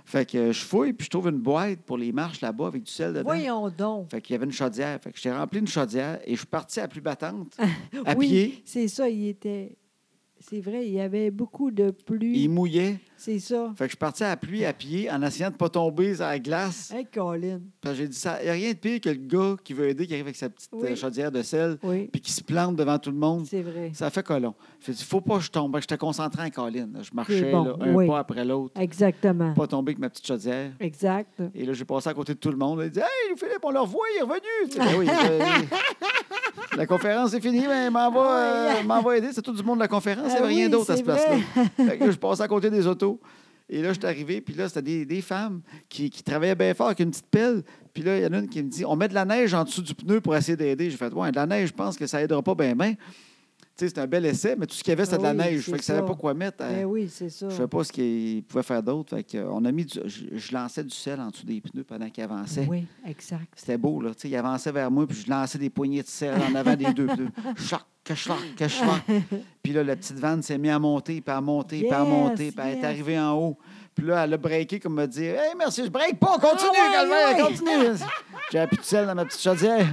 Speaker 1: Fait que euh, je fouille, puis je trouve une boîte pour les marches là-bas avec du sel dedans.
Speaker 2: Voyons donc.
Speaker 1: Fait qu'il y avait une chaudière. Fait que j'ai rempli une chaudière et je suis parti à la plus
Speaker 2: [laughs]
Speaker 1: battante, à
Speaker 2: oui,
Speaker 1: pied.
Speaker 2: c'est ça, il était. C'est vrai, il y avait beaucoup de pluie.
Speaker 1: Il mouillait.
Speaker 2: C'est ça.
Speaker 1: Fait que je suis parti à la pluie à pied en essayant de ne pas tomber à la glace.
Speaker 2: Hey, Colin.
Speaker 1: Parce que j'ai dit, il n'y a rien de pire que le gars qui veut aider, qui arrive avec sa petite
Speaker 2: Oui.
Speaker 1: euh, chaudière de sel,
Speaker 2: Oui,
Speaker 1: puis qui se plante devant tout le monde.
Speaker 2: c'est vrai.
Speaker 1: Ça fait colon. J'ai dit, faut pas que je tombe. Fait que J'étais concentré en colline. Je marchais
Speaker 2: bon,
Speaker 1: là, un
Speaker 2: oui.
Speaker 1: pas après l'autre,
Speaker 2: Exactement.
Speaker 1: pas tomber avec ma petite chaudière.
Speaker 2: Exact.
Speaker 1: Et là, j'ai passé à côté de tout le monde. Ils disaient Hey, Philippe, on le revoit, il est revenu. Je dis, Ben oui, je- La conférence est finie, mais m'en va, euh, m'en va aider. C'est tout du monde de la conférence. Il n'y
Speaker 2: Ah
Speaker 1: avait rien
Speaker 2: oui,
Speaker 1: d'autre à
Speaker 2: c'est
Speaker 1: cette place-là. Fait que là, je passais à côté des autos. Et là, je suis arrivé, puis là, c'était des, des femmes qui, qui travaillaient bien fort avec une petite pelle. Puis là, il y en a une qui me dit On met de la neige en dessous du pneu pour essayer d'aider. J'ai fait Ouais, de la neige, je pense que ça aidera pas bien, bien. Tu sais, c'était un bel essai, mais tout ce qu'il y avait, c'était de la
Speaker 2: Ah oui,
Speaker 1: neige.
Speaker 2: c'est
Speaker 1: Fait que je savais
Speaker 2: ça.
Speaker 1: pas quoi mettre. hein. à-
Speaker 2: Ben oui, c'est ça.
Speaker 1: je ne sais pas ce qu'il pouvait faire d'autre. Fait que, euh, on a mis du- je, je lançais du sel en dessous des pneus pendant qu'il avançait.
Speaker 2: Oui, exact.
Speaker 1: C'était beau, là. Tu sais, Il avançait vers moi, puis je lançais des poignées de sel en avant des deux
Speaker 2: [laughs]
Speaker 1: pneus. Choc, que choc, que choc. Puis là, la petite vanne s'est mise à monter, puis à monter, puis à
Speaker 2: Yes,
Speaker 1: monter, puis elle
Speaker 2: yes.
Speaker 1: est arrivée en haut. Puis là, elle a breaké comme me dire Hey, merci, je break pas, continue,
Speaker 2: Ah ouais,
Speaker 1: Calvaire,
Speaker 2: ouais.
Speaker 1: continue. J'avais plus de sel dans ma petite chaudière.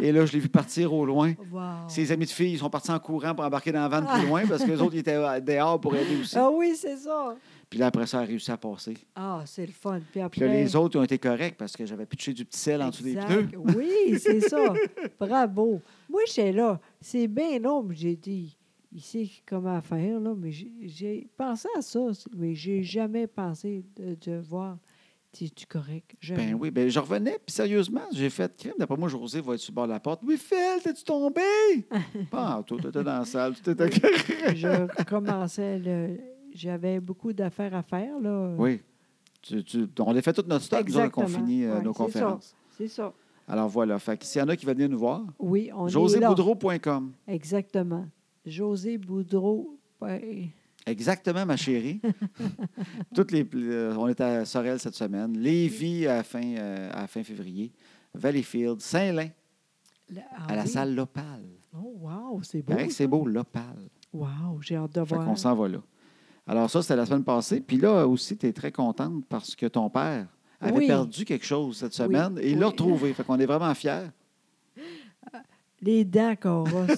Speaker 1: Et là, je l'ai vu partir au loin.
Speaker 2: Wow.
Speaker 1: Ses amis de filles, ils sont partis en courant pour embarquer dans la vanne plus loin parce que les autres, ils étaient euh, dehors pour aider aussi.
Speaker 2: Ah oui, c'est ça.
Speaker 1: Puis là, après ça, elle a réussi à passer.
Speaker 2: Ah, c'est le fun. Puis après.
Speaker 1: Puis là, les autres ils ont été corrects parce que j'avais pitché du petit sel en dessous des
Speaker 2: Exact.
Speaker 1: pneus.
Speaker 2: Oui, c'est
Speaker 1: [laughs]
Speaker 2: ça. Bravo. Moi, j'étais là. C'est bien long, mais j'ai dit, il sait comment faire, là, mais j'ai- j'ai pensé à ça, mais j'ai jamais pensé de, de voir si tu correct. Jamais.
Speaker 1: Ben oui, ben je revenais, puis sérieusement, j'ai fait crime. D'après moi, José va être sur le bord de la porte. Oui, Phil, t'es-tu
Speaker 2: [laughs]
Speaker 1: tombé? Pas en tout, t'étais dans la salle, tu t'étais correct.
Speaker 2: Je commençais le. J'avais beaucoup d'affaires à faire, là.
Speaker 1: Oui. Tu- tu- on a fait tout notre stock, disons qu'on
Speaker 2: Exactement.
Speaker 1: finit euh,
Speaker 2: Ouais,
Speaker 1: nos
Speaker 2: c'est ça.
Speaker 1: conférences.
Speaker 2: C'est ça.
Speaker 1: Alors voilà, fait que s'il y en a qui veulent venir nous voir,
Speaker 2: Oui, on est là.
Speaker 1: joséboudreau.com.
Speaker 2: Exactement. José Boudreau. ouais.
Speaker 1: Exactement, ma
Speaker 2: [laughs]
Speaker 1: chérie. Toutes les, euh, on est à Sorel cette semaine. Lévis à fin, euh, à fin février. Valleyfield, Saint-Lin,
Speaker 2: La- ah
Speaker 1: à la
Speaker 2: oui.
Speaker 1: salle Lopal.
Speaker 2: Oh, wow, c'est beau.
Speaker 1: Il paraît que c'est beau, Lopal.
Speaker 2: Wow, j'ai hâte de
Speaker 1: Fait
Speaker 2: voir.
Speaker 1: qu'on s'en va là. Alors ça, c'était la semaine passée. Puis là aussi, tu es très contente parce que ton père avait
Speaker 2: Oui.
Speaker 1: perdu quelque chose cette
Speaker 2: Oui,
Speaker 1: semaine et il l'a
Speaker 2: oui.
Speaker 1: retrouvé. Fait qu'on est vraiment fiers.
Speaker 2: Les dents
Speaker 1: [laughs]
Speaker 2: qu'on rosse.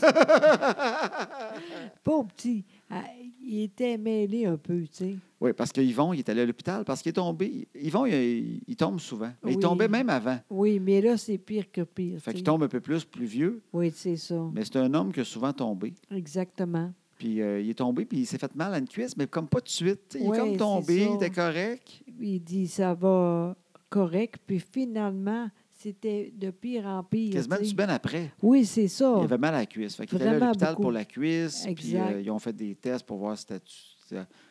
Speaker 2: Pauvre petit. Ah, Il était mêlé un peu, tu sais.
Speaker 1: Oui, parce que Yvon, il est allé à l'hôpital parce qu'il est tombé. Yvon, il, il tombe souvent. Mais Il
Speaker 2: Oui.
Speaker 1: tombait même avant.
Speaker 2: Oui, mais là, c'est pire que
Speaker 1: Fait
Speaker 2: pire. tu sais.
Speaker 1: qu'il tombe un peu plus, plus vieux.
Speaker 2: Oui, c'est ça.
Speaker 1: Mais c'est un homme qui a souvent tombé.
Speaker 2: Exactement.
Speaker 1: Puis euh, il est tombé, puis il s'est fait mal à une cuisse, mais comme pas de suite. t'sais. Il
Speaker 2: Ouais,
Speaker 1: est comme
Speaker 2: c'est
Speaker 1: tombé,
Speaker 2: ça.
Speaker 1: il était correct.
Speaker 2: Il dit ça va correct, puis finalement, c'était de pire en pire.
Speaker 1: Quasiment
Speaker 2: tu
Speaker 1: une
Speaker 2: sais.
Speaker 1: semaine après,
Speaker 2: Oui, c'est ça.
Speaker 1: il avait mal à la cuisse. Fait qu'il était allé à
Speaker 2: Vraiment
Speaker 1: l'hôpital
Speaker 2: beaucoup.
Speaker 1: pour la cuisse, puis
Speaker 2: Exact.
Speaker 1: euh, ils ont fait des tests pour voir si c'était... tu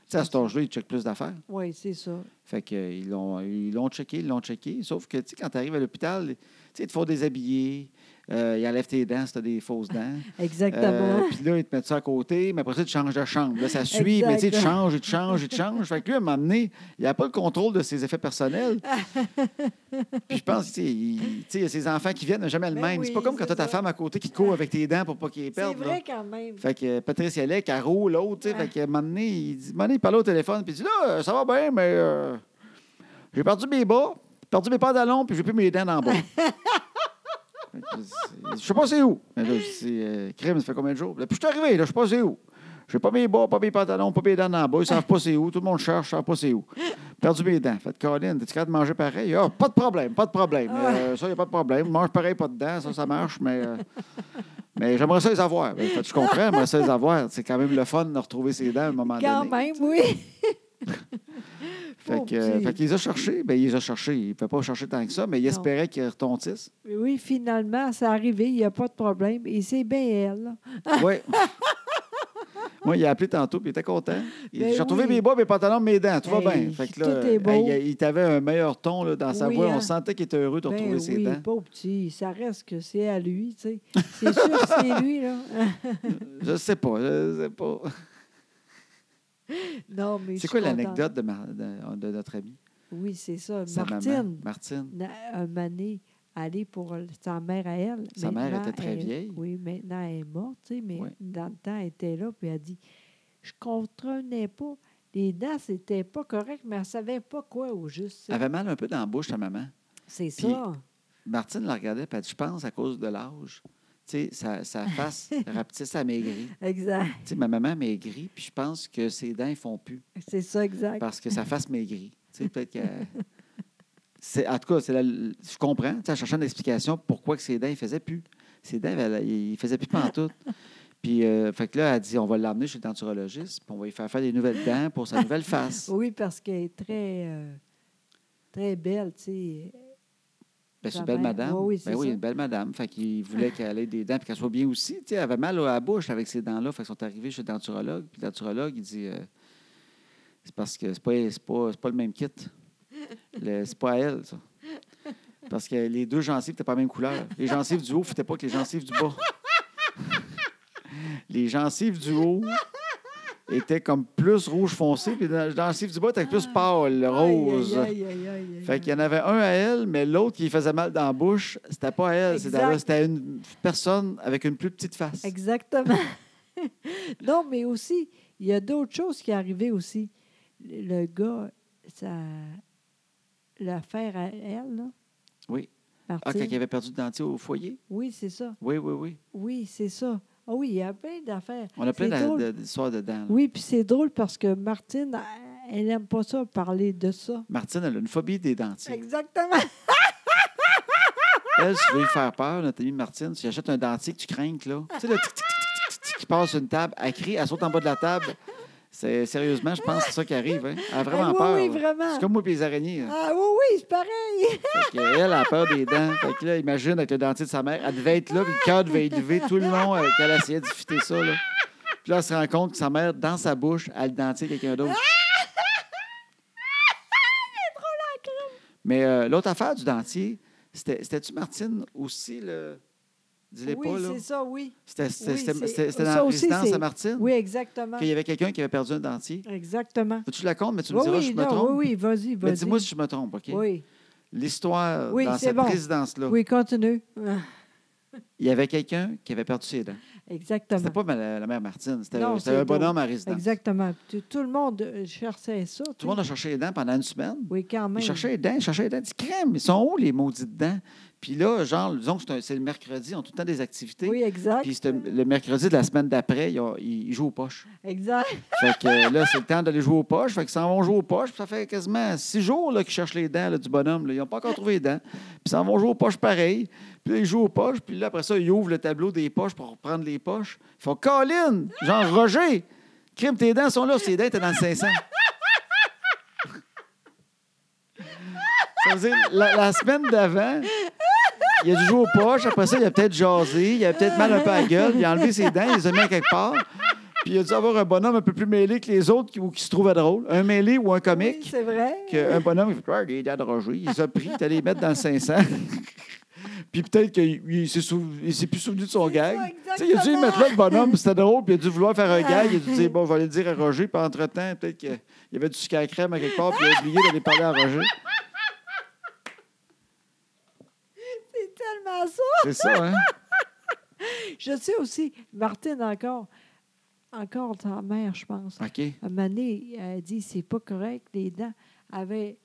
Speaker 1: sais, à cet âge-là, ils checkent plus d'affaires.
Speaker 2: Oui, c'est ça.
Speaker 1: Fait que, euh, ils l'ont ils l'ont checké, ils l'ont checké. Sauf que, tu sais, quand tu arrives à l'hôpital, tu sais, ils te font déshabiller, euh, ils enlèvent tes dents si tu as des fausses dents.
Speaker 2: Exactement.
Speaker 1: Euh, puis là, ils te mettent ça à côté, mais après ça, tu changes de chambre. Là, ça suit, mais tu sais, tu
Speaker 2: Exact.
Speaker 1: changes, tu changes, tu changes. Fait que lui, à un moment donné, il n'a pas le contrôle de ses effets
Speaker 2: [laughs]
Speaker 1: personnels. Puis je pense, tu sais, il tu sais, il y a ses enfants qui viennent mais jamais le
Speaker 2: Ben
Speaker 1: même. c'est pas
Speaker 2: oui,
Speaker 1: comme quand tu as
Speaker 2: c'est
Speaker 1: ta
Speaker 2: ça.
Speaker 1: femme à côté qui te court avec tes dents pour pas qu'ils
Speaker 2: c'est
Speaker 1: perdent. là.
Speaker 2: vrai quand même.
Speaker 1: Fait que euh, Patrice Yallet, Caro, l'autre, tu sais, fait que, à un moment donné, il dit, à un moment donné, il parlait au téléphone, puis il dit, là, euh, ça va bien, mais euh, j'ai perdu mes bas, perdu mes pantalons, puis j'ai plus mes dents dans le bas. Fait que c'est- Je sais pas c'est où. Mais là, je dis, euh, crime, ça fait combien de jours? Là, puis je suis arrivé, là, je sais pas c'est où. J'ai pas mes bas, pas mes pantalons, pas mes dents dans le bas. Ils savent pas c'est où. Tout le monde cherche, ils savent pas c'est où. Perdu mes dents. Fait que, Colin, t'es-tu capable de manger pareil? Ah, pas de problème, pas de problème. Euh, ça, y a pas de problème. Mange pareil, pas de dents. Ça, ça marche, mais... euh, mais j'aimerais ça les avoir. Ben, fait, je comprends, j'aimerais ça les avoir. C'est quand même le fun de retrouver ses dents à un moment
Speaker 2: Quand
Speaker 1: donné.
Speaker 2: même, oui.
Speaker 1: [laughs] Fait que, euh, fait qu'il les a cherchés. Ben, il les a cherchés. Il ne peut pas chercher tant que ça, mais il
Speaker 2: Non.
Speaker 1: espérait qu'ils retentissent.
Speaker 2: Oui, finalement, c'est arrivé, il n'y a pas de problème. Et c'est bien elle. là.
Speaker 1: Oui. [laughs] Moi, il a appelé tantôt, puis il était content. Il
Speaker 2: Ben
Speaker 1: dit, J'ai retrouvé
Speaker 2: oui.
Speaker 1: mes bas, mes pantalons, mes dents. Tout va
Speaker 2: Hey,
Speaker 1: bien. Fait que
Speaker 2: tout est beau.
Speaker 1: hey, il il t'avait un meilleur ton là, dans sa
Speaker 2: Oui,
Speaker 1: voix.
Speaker 2: hein.
Speaker 1: On sentait qu'il était heureux de
Speaker 2: Ben
Speaker 1: retrouver ses
Speaker 2: oui,
Speaker 1: dents.
Speaker 2: pauvre petit, ça reste que c'est à lui, tu sais. C'est sûr que
Speaker 1: [laughs]
Speaker 2: c'est lui, là.
Speaker 1: Je sais pas. Je sais pas.
Speaker 2: Non, mais je
Speaker 1: C'est
Speaker 2: suis
Speaker 1: quoi
Speaker 2: contente.
Speaker 1: l'anecdote de, ma- de- de notre amie?
Speaker 2: Oui, c'est ça.
Speaker 1: Sa maman,
Speaker 2: Martine,
Speaker 1: Martine.
Speaker 2: na- un mané, allée pour le- sa mère à elle.
Speaker 1: Sa mère
Speaker 2: Maintenant,
Speaker 1: était très
Speaker 2: elle-
Speaker 1: vieille.
Speaker 2: Oui, maintenant, elle est morte, tu sais, mais
Speaker 1: Oui.
Speaker 2: dans le temps, elle était là, puis elle a dit, je comprenais pas. Les dents, c'était pas correct, mais elle savait pas quoi au juste. tu sais.
Speaker 1: Elle avait mal un peu dans la bouche, ta maman.
Speaker 2: C'est
Speaker 1: Puis-
Speaker 2: ça.
Speaker 1: Martine la regardait et elle dit Je pense à cause de l'âge. sais, sa,
Speaker 2: [laughs]
Speaker 1: sa face rapetisse, elle maigrit.
Speaker 2: Exact. [laughs]
Speaker 1: Tu sais, ma maman maigrit, puis je pense que ses dents ne font plus
Speaker 2: C'est ça, exact.
Speaker 1: parce que sa face maigrit. Tu sais, peut-être qu'elle- [laughs] C'est- En tout cas, c'est la- je comprends. Tu sais, en cherchant une explication pourquoi que ses dents ne faisaient plus. Ses dents, elles- ils ne faisaient plus pantoute. Puis, euh, fait que là, elle dit on va l'emmener chez le denturologiste, puis on va lui faire faire des nouvelles dents pour sa nouvelle
Speaker 2: [laughs]
Speaker 1: face.
Speaker 2: Oui, parce qu'elle est très, euh, très belle, tu sais.
Speaker 1: Ben, c'est une
Speaker 2: Ça
Speaker 1: belle
Speaker 2: va-
Speaker 1: madame.
Speaker 2: oui, oui, c'est
Speaker 1: Ben oui,
Speaker 2: ça. Ah.
Speaker 1: une belle madame. Fait qu'il voulait qu'elle ait des dents puis qu'elle soit bien aussi. Tu sais, elle avait mal à la bouche avec ces dents-là. Fait qu'ils sont arrivés chez le denturologue. Puis le denturologue, il dit euh, C'est parce que c'est pas, c'est pas, c'est pas le même kit. Le- C'est pas à elle, ça. Parce que les deux gencives n'étaient pas la même couleur. Les gencives du haut ne foutaient pas que les gencives du bas. Les gencives du haut étaient comme plus rouge foncé, puis les gencives du bas étaient plus pâle, rose.
Speaker 2: Ah. Aïe, aïe, aïe, aïe, aïe,
Speaker 1: Fait
Speaker 2: aïe.
Speaker 1: qu'il y en avait un à elle, mais l'autre qui faisait mal dans la bouche, c'était pas à elle, c'était à-
Speaker 2: Exact.
Speaker 1: c'était à une personne avec une plus petite face.
Speaker 2: Exactement. [laughs] non, mais aussi, il y a d'autres choses qui arrivaient aussi. Le le gars, ça. L'affaire à elle, là.
Speaker 1: Oui. Ah,
Speaker 2: Partir.
Speaker 1: quand il avait perdu le dentier au foyer?
Speaker 2: Oui, c'est ça.
Speaker 1: Oui, oui, oui.
Speaker 2: Oui, c'est ça. Ah oui, il y a plein d'affaires.
Speaker 1: On a plein
Speaker 2: C'est
Speaker 1: d'a-
Speaker 2: drôle.
Speaker 1: d'a- d'histoires dedans. là.
Speaker 2: Oui, puis c'est drôle parce que Martine, elle n'aime pas ça, parler de ça.
Speaker 1: Martine, elle a une phobie des dentiers. [laughs]
Speaker 2: Exactement.
Speaker 1: Elle, si tu veux lui faire peur, notre amie Martine, si tu achètes un dentier que tu craignes, là, tu sais, le tic, tic, tic, tic, tic, tic, qui passe sur une table, elle crie, elle saute en bas de la table. C'est Sérieusement, je pense que c'est ça qui arrive. hein. Elle a vraiment
Speaker 2: Ah oui,
Speaker 1: peur.
Speaker 2: oui,
Speaker 1: là.
Speaker 2: vraiment.
Speaker 1: C'est comme moi et les araignées. hein. là.
Speaker 2: Ah oui, oui, c'est pareil.
Speaker 1: Fait que elle a peur des dents. Fait que là, imagine avec le dentier de sa mère, elle devait être là, puis le cœur devait être levé tout le long euh, qu'elle essayait de fitter ça. Là. Puis là, elle se rend compte que sa mère, dans sa bouche, a le dentier de quelqu'un d'autre. Mais euh, l'autre affaire du dentier, c'était- c'était-tu Martine aussi le. Dis-les
Speaker 2: Oui,
Speaker 1: pas, là.
Speaker 2: c'est ça, oui.
Speaker 1: C'était c'était-
Speaker 2: oui,
Speaker 1: c'était-
Speaker 2: c'est-
Speaker 1: c'était- c'était dans
Speaker 2: ça
Speaker 1: la
Speaker 2: aussi,
Speaker 1: résidence
Speaker 2: c'est-
Speaker 1: à Martine
Speaker 2: Oui, exactement.
Speaker 1: Ah. qu'il y avait quelqu'un qui avait perdu un dentier.
Speaker 2: Exactement.
Speaker 1: Veux-tu la compte, mais tu me
Speaker 2: oui,
Speaker 1: diras
Speaker 2: oui,
Speaker 1: si je me
Speaker 2: non,
Speaker 1: trompe.
Speaker 2: Oui, oui, vas-y, vas-y.
Speaker 1: mais dis-moi si je me trompe, OK?
Speaker 2: Oui,
Speaker 1: L'histoire
Speaker 2: Oui,
Speaker 1: dans
Speaker 2: c'est
Speaker 1: cette
Speaker 2: bon.
Speaker 1: résidence-là.
Speaker 2: oui, continue.
Speaker 1: Ah, Il y avait quelqu'un qui avait perdu ses dents. C'était
Speaker 2: Exactement.
Speaker 1: pas ma- la, mère Martine, c'était
Speaker 2: Non,
Speaker 1: c'était un
Speaker 2: c'est
Speaker 1: bonhomme à résidence.
Speaker 2: Exactement. Tout, tout le monde euh, cherchait ça. tu
Speaker 1: Tout le monde
Speaker 2: sais.
Speaker 1: a cherché les dents pendant une semaine.
Speaker 2: Oui, quand même.
Speaker 1: Ils cherchaient les dents, ils cherchaient les dents. Ils disent, crème, ils sont où les maudites dents? Puis là, genre, disons que c'est un- c'est le mercredi, ils ont tout le temps des activités.
Speaker 2: Oui, exact.
Speaker 1: Puis c'est le mercredi de la semaine d'après, ils, ont- ils- ils jouent aux poches.
Speaker 2: Exact.
Speaker 1: Fait que euh, là, c'est le temps d'aller jouer aux poches. Fait qu'ils s'en vont jouer aux poches. Puis ça fait quasiment six jours là, qu'ils cherchent les dents là, du bonhomme. là. Ils n'ont pas encore trouvé les dents. Puis ils s'en vont jouer aux poches pareil. Puis là, ils jouent aux poches. Puis là, après ça, ils ouvrent le tableau des poches pour reprendre les poches. Ils font Colin, Jean-Roger, crime, tes dents sont là. Ces dents étaient dans le 500. Ça veut dire, la, la semaine d'avant, il a dû jouer aux poches. Après ça, il a peut-être jasé. Il a peut-être mal un peu à la gueule. Il a enlevé ses dents. Il les a mis à quelque part. Puis il a dû avoir un bonhomme un peu plus mêlé que les autres qui- ou qui se trouvait drôle. Un mêlé ou un
Speaker 2: Oui,
Speaker 1: comique.
Speaker 2: c'est vrai.
Speaker 1: qu'un bonhomme, il fait Ah, les dents de Roger. Il les a pris. Il allé les mettre dans le 500. [laughs] Puis peut-être qu'il il s'est sou- il s'est plus souvenu de son gag.
Speaker 2: ça,
Speaker 1: Tu sais, il a dû
Speaker 2: exactement.
Speaker 1: mettre là le bonhomme, puis c'était drôle, puis il a dû vouloir faire un gag. Il a dû
Speaker 2: [laughs]
Speaker 1: dire Bon, je vais aller le dire à Roger. Puis entre-temps, peut-être qu'il y avait du sucre à crème à quelque part, puis il a oublié d'aller parler à Roger.
Speaker 2: C'est tellement ça.
Speaker 1: C'est ça, hein?
Speaker 2: Je sais aussi, Martine, encore, encore ta mère, je pense.
Speaker 1: OK.
Speaker 2: À Mané, elle dit c'est pas correct, les dents avaient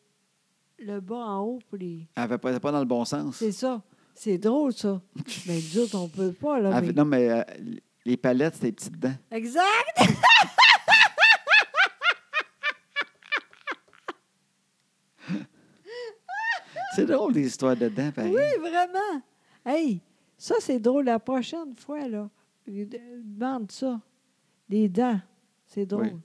Speaker 2: le bas en haut. Pour les...
Speaker 1: Elle n'était pas, dans le bon sens.
Speaker 2: C'est ça. C'est
Speaker 1: [laughs]
Speaker 2: drôle, ça. Mais nous autres, on peut pas, là.
Speaker 1: Elle-
Speaker 2: mais-
Speaker 1: Non, mais euh, les palettes, c'était les petites dents.
Speaker 2: Exact!
Speaker 1: C'est drôle, des histoires de dents, pareil.
Speaker 2: Oui, vraiment. Hey, ça, c'est drôle. La prochaine fois, là, euh, demande ça. Les dents. C'est drôle.
Speaker 1: Oui.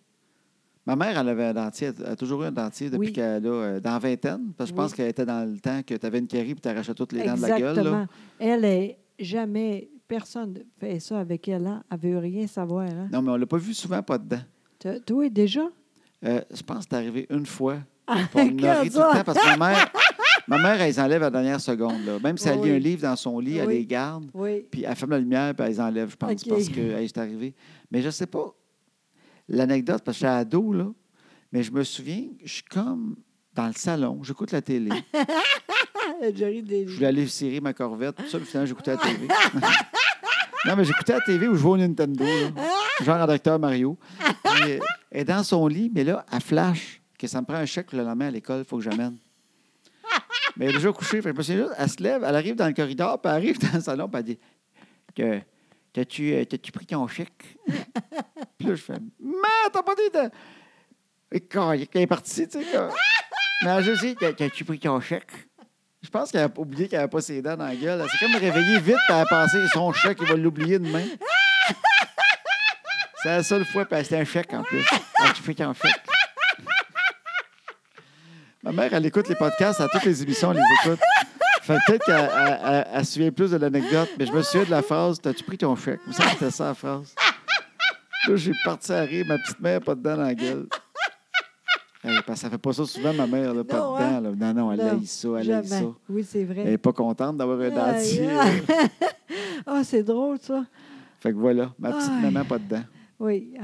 Speaker 1: Ma mère, elle avait un dentier. Elle a toujours eu un dentier depuis
Speaker 2: Oui.
Speaker 1: qu'elle a, euh, dans la vingtaine. Parce que je pense
Speaker 2: Oui.
Speaker 1: qu'elle était dans le temps que tu avais une carie et tu arrachais toutes les dents
Speaker 2: Exactement.
Speaker 1: de la gueule. là.
Speaker 2: Elle est jamais. Personne ne fait ça avec elle. Hein? Elle veut rien savoir. Hein?
Speaker 1: Non, mais on l'a pas vu souvent, pas de dents.
Speaker 2: T'as- Toi, déjà?
Speaker 1: Euh, je pense que c'est arrivé une fois.
Speaker 2: [laughs] Ah,
Speaker 1: Puis on a ri
Speaker 2: que
Speaker 1: tout le
Speaker 2: ça!
Speaker 1: temps parce que ma mère, ma mère, elle les enlève à la dernière seconde. là. Même si elle
Speaker 2: Oui.
Speaker 1: lit un livre dans son lit, elle
Speaker 2: Oui.
Speaker 1: les garde.
Speaker 2: Oui. [laughs]
Speaker 1: Puis elle ferme la lumière, puis elle les enlève, je pense,
Speaker 2: OK.
Speaker 1: parce que hey, c'est arrivé. Mais je sais pas l'anecdote, parce que j'étais ado, là. Mais je me souviens, je suis comme dans le salon, j'écoute la télé.
Speaker 2: Je ris des...
Speaker 1: Je voulais aller cirer ma corvette, tout ça, puis finalement, j'écoutais la TV. [laughs] non, mais j'écoutais la TV où je jouais au Nintendo, là. genre en Docteur Mario. Puis, euh, elle est dans son lit, mais là, elle flash que ça me prend un chèque le lendemain à l'école, il faut que j'amène. Mais elle est déjà couchée, fait que je me souviens juste, elle se lève, elle arrive dans le corridor, puis elle arrive dans le salon, puis elle dit que T'as-tu euh, t'as-tu pris ton chèque? puis là, je fais Mais t'as pas dit de. Et quand il est parti, tu sais, comme. Mais je dis T'as- T'as-tu pris ton chèque? Je pense qu'elle a oublié qu'elle n'avait pas ses dents dans la gueule. Elle s'est comme réveillée vite, puis elle a pensé son chèque, il va l'oublier demain. C'est la seule fois, puis c'était un chèque en plus. T'as-tu pris ton chèque? Ma mère, elle écoute les podcasts, à toutes les émissions, elle les écoute. Fait que peut-être qu'elle elle- elle- elle se souvient plus de l'anecdote, mais je me souviens de la phrase T'as-tu pris ton chèque Il me semble que c'était ça la phrase. Là, j'ai parti à rire, ma petite mère, pas de dents dans la gueule. Elle, parce que ça fait pas ça souvent, ma mère, là, pas
Speaker 2: Non,
Speaker 1: de dents.
Speaker 2: hein?
Speaker 1: là. Non, non, elle
Speaker 2: Non,
Speaker 1: aille ça, elle aille ça.
Speaker 2: Jamais. Oui, c'est
Speaker 1: Elle n'est
Speaker 2: vrai.
Speaker 1: pas contente d'avoir un dentier.
Speaker 2: Ah, [laughs] Ah, c'est drôle, ça.
Speaker 1: [laughs] Fait que voilà, ma petite
Speaker 2: Aïe.
Speaker 1: maman, pas de dents.
Speaker 2: Oui. Ah.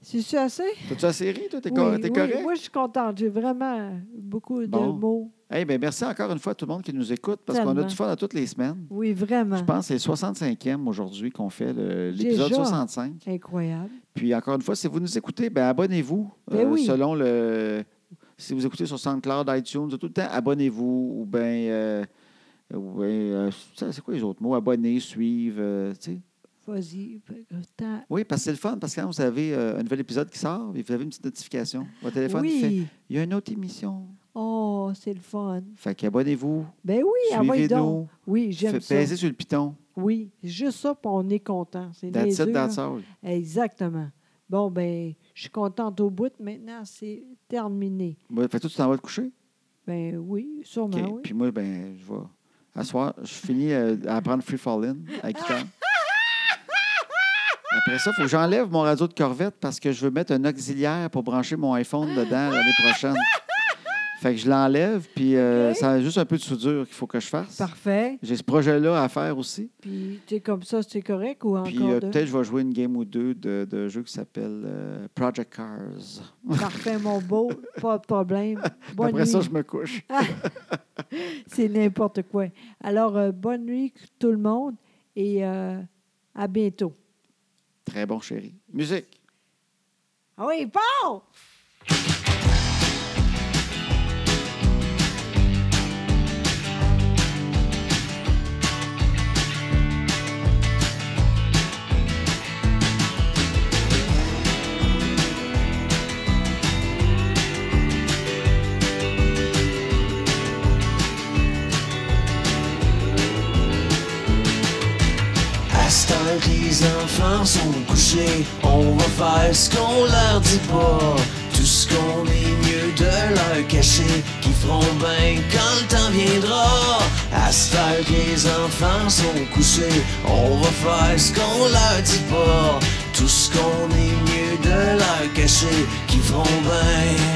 Speaker 2: C'est-tu assez?
Speaker 1: T'as-tu assez ri, toi? T'es
Speaker 2: Oui,
Speaker 1: cor- t'es
Speaker 2: oui.
Speaker 1: correct?
Speaker 2: Moi, je suis contente. J'ai vraiment beaucoup
Speaker 1: Bon.
Speaker 2: de mots.
Speaker 1: Eh bien, merci encore une fois à tout le monde qui nous écoute, parce qu'on a
Speaker 2: Tellement.
Speaker 1: du fun à toutes les semaines.
Speaker 2: Oui,
Speaker 1: Je
Speaker 2: vraiment.
Speaker 1: pense que c'est le 65e aujourd'hui qu'on fait le- l'épisode
Speaker 2: Déjà.
Speaker 1: 65.
Speaker 2: Incroyable.
Speaker 1: Puis encore une fois, si vous nous écoutez, ben abonnez-vous.
Speaker 2: Ben oui.
Speaker 1: Selon le. Si vous écoutez sur SoundCloud, iTunes, tout le temps, abonnez-vous. Ou bien. euh, c'est quoi les autres mots? Abonnez, suivre. euh, tu sais.
Speaker 2: Vas-y. Tant-
Speaker 1: oui, parce que c'est le fun, parce que quand vous avez euh, un nouvel épisode qui sort, vous avez une petite notification. Votre téléphone fait
Speaker 2: Oui.
Speaker 1: Il y a une autre émission.
Speaker 2: Oh, c'est le fun.
Speaker 1: Fait qu'abonnez-vous.
Speaker 2: Ben oui, envoyez donc.
Speaker 1: Suivez-nous.
Speaker 2: Oui, j'aime
Speaker 1: Faites-
Speaker 2: ça.
Speaker 1: Pesez sur le piton.
Speaker 2: Oui, juste ça, puis on est content. C'est
Speaker 1: That's
Speaker 2: niaiseux, hein.
Speaker 1: it,
Speaker 2: là.
Speaker 1: that's all.
Speaker 2: Exactement. Bon, ben, je suis contente au bout. Maintenant, c'est terminé.
Speaker 1: Ouais, Fait que toi, tu t'en vas te coucher?
Speaker 2: Ben oui,
Speaker 1: OK.
Speaker 2: sûrement, oui.
Speaker 1: Puis moi, ben, je vais. À ce soir, je finis euh, à apprendre Free Falling à guitare. Après ça, il faut que j'enlève mon radio de Corvette parce que je veux mettre un auxiliaire pour brancher mon iPhone dedans l'année prochaine. Fait que je l'enlève, puis euh,
Speaker 2: OK.
Speaker 1: ça a juste un peu de soudure qu'il faut que je fasse.
Speaker 2: Parfait.
Speaker 1: J'ai ce projet-là à faire aussi.
Speaker 2: Puis, tu sais, comme ça, c'est correct ou
Speaker 1: Puis
Speaker 2: encore
Speaker 1: euh,
Speaker 2: deux?
Speaker 1: peut-être je vais jouer une game ou deux de, de jeu qui s'appelle euh, Project Cars.
Speaker 2: Parfait, mon
Speaker 1: [laughs]
Speaker 2: beau. Pas de problème. Bonne
Speaker 1: Après
Speaker 2: nuit.
Speaker 1: ça, je me couche.
Speaker 2: C'est n'importe quoi. Alors, euh, bonne nuit, tout le monde, et euh, à bientôt.
Speaker 1: Très bon, chéri. Musique.
Speaker 2: Ah oui, bon!
Speaker 3: À ce temps que les enfants sont couchés, on va faire ce qu'on leur dit pas. Tout ce qu'on est mieux de leur cacher, qui feront bien quand le temps viendra. À ce temps que les enfants sont couchés, on va faire ce qu'on leur dit pas. Tout ce qu'on est mieux de leur cacher, qui feront bien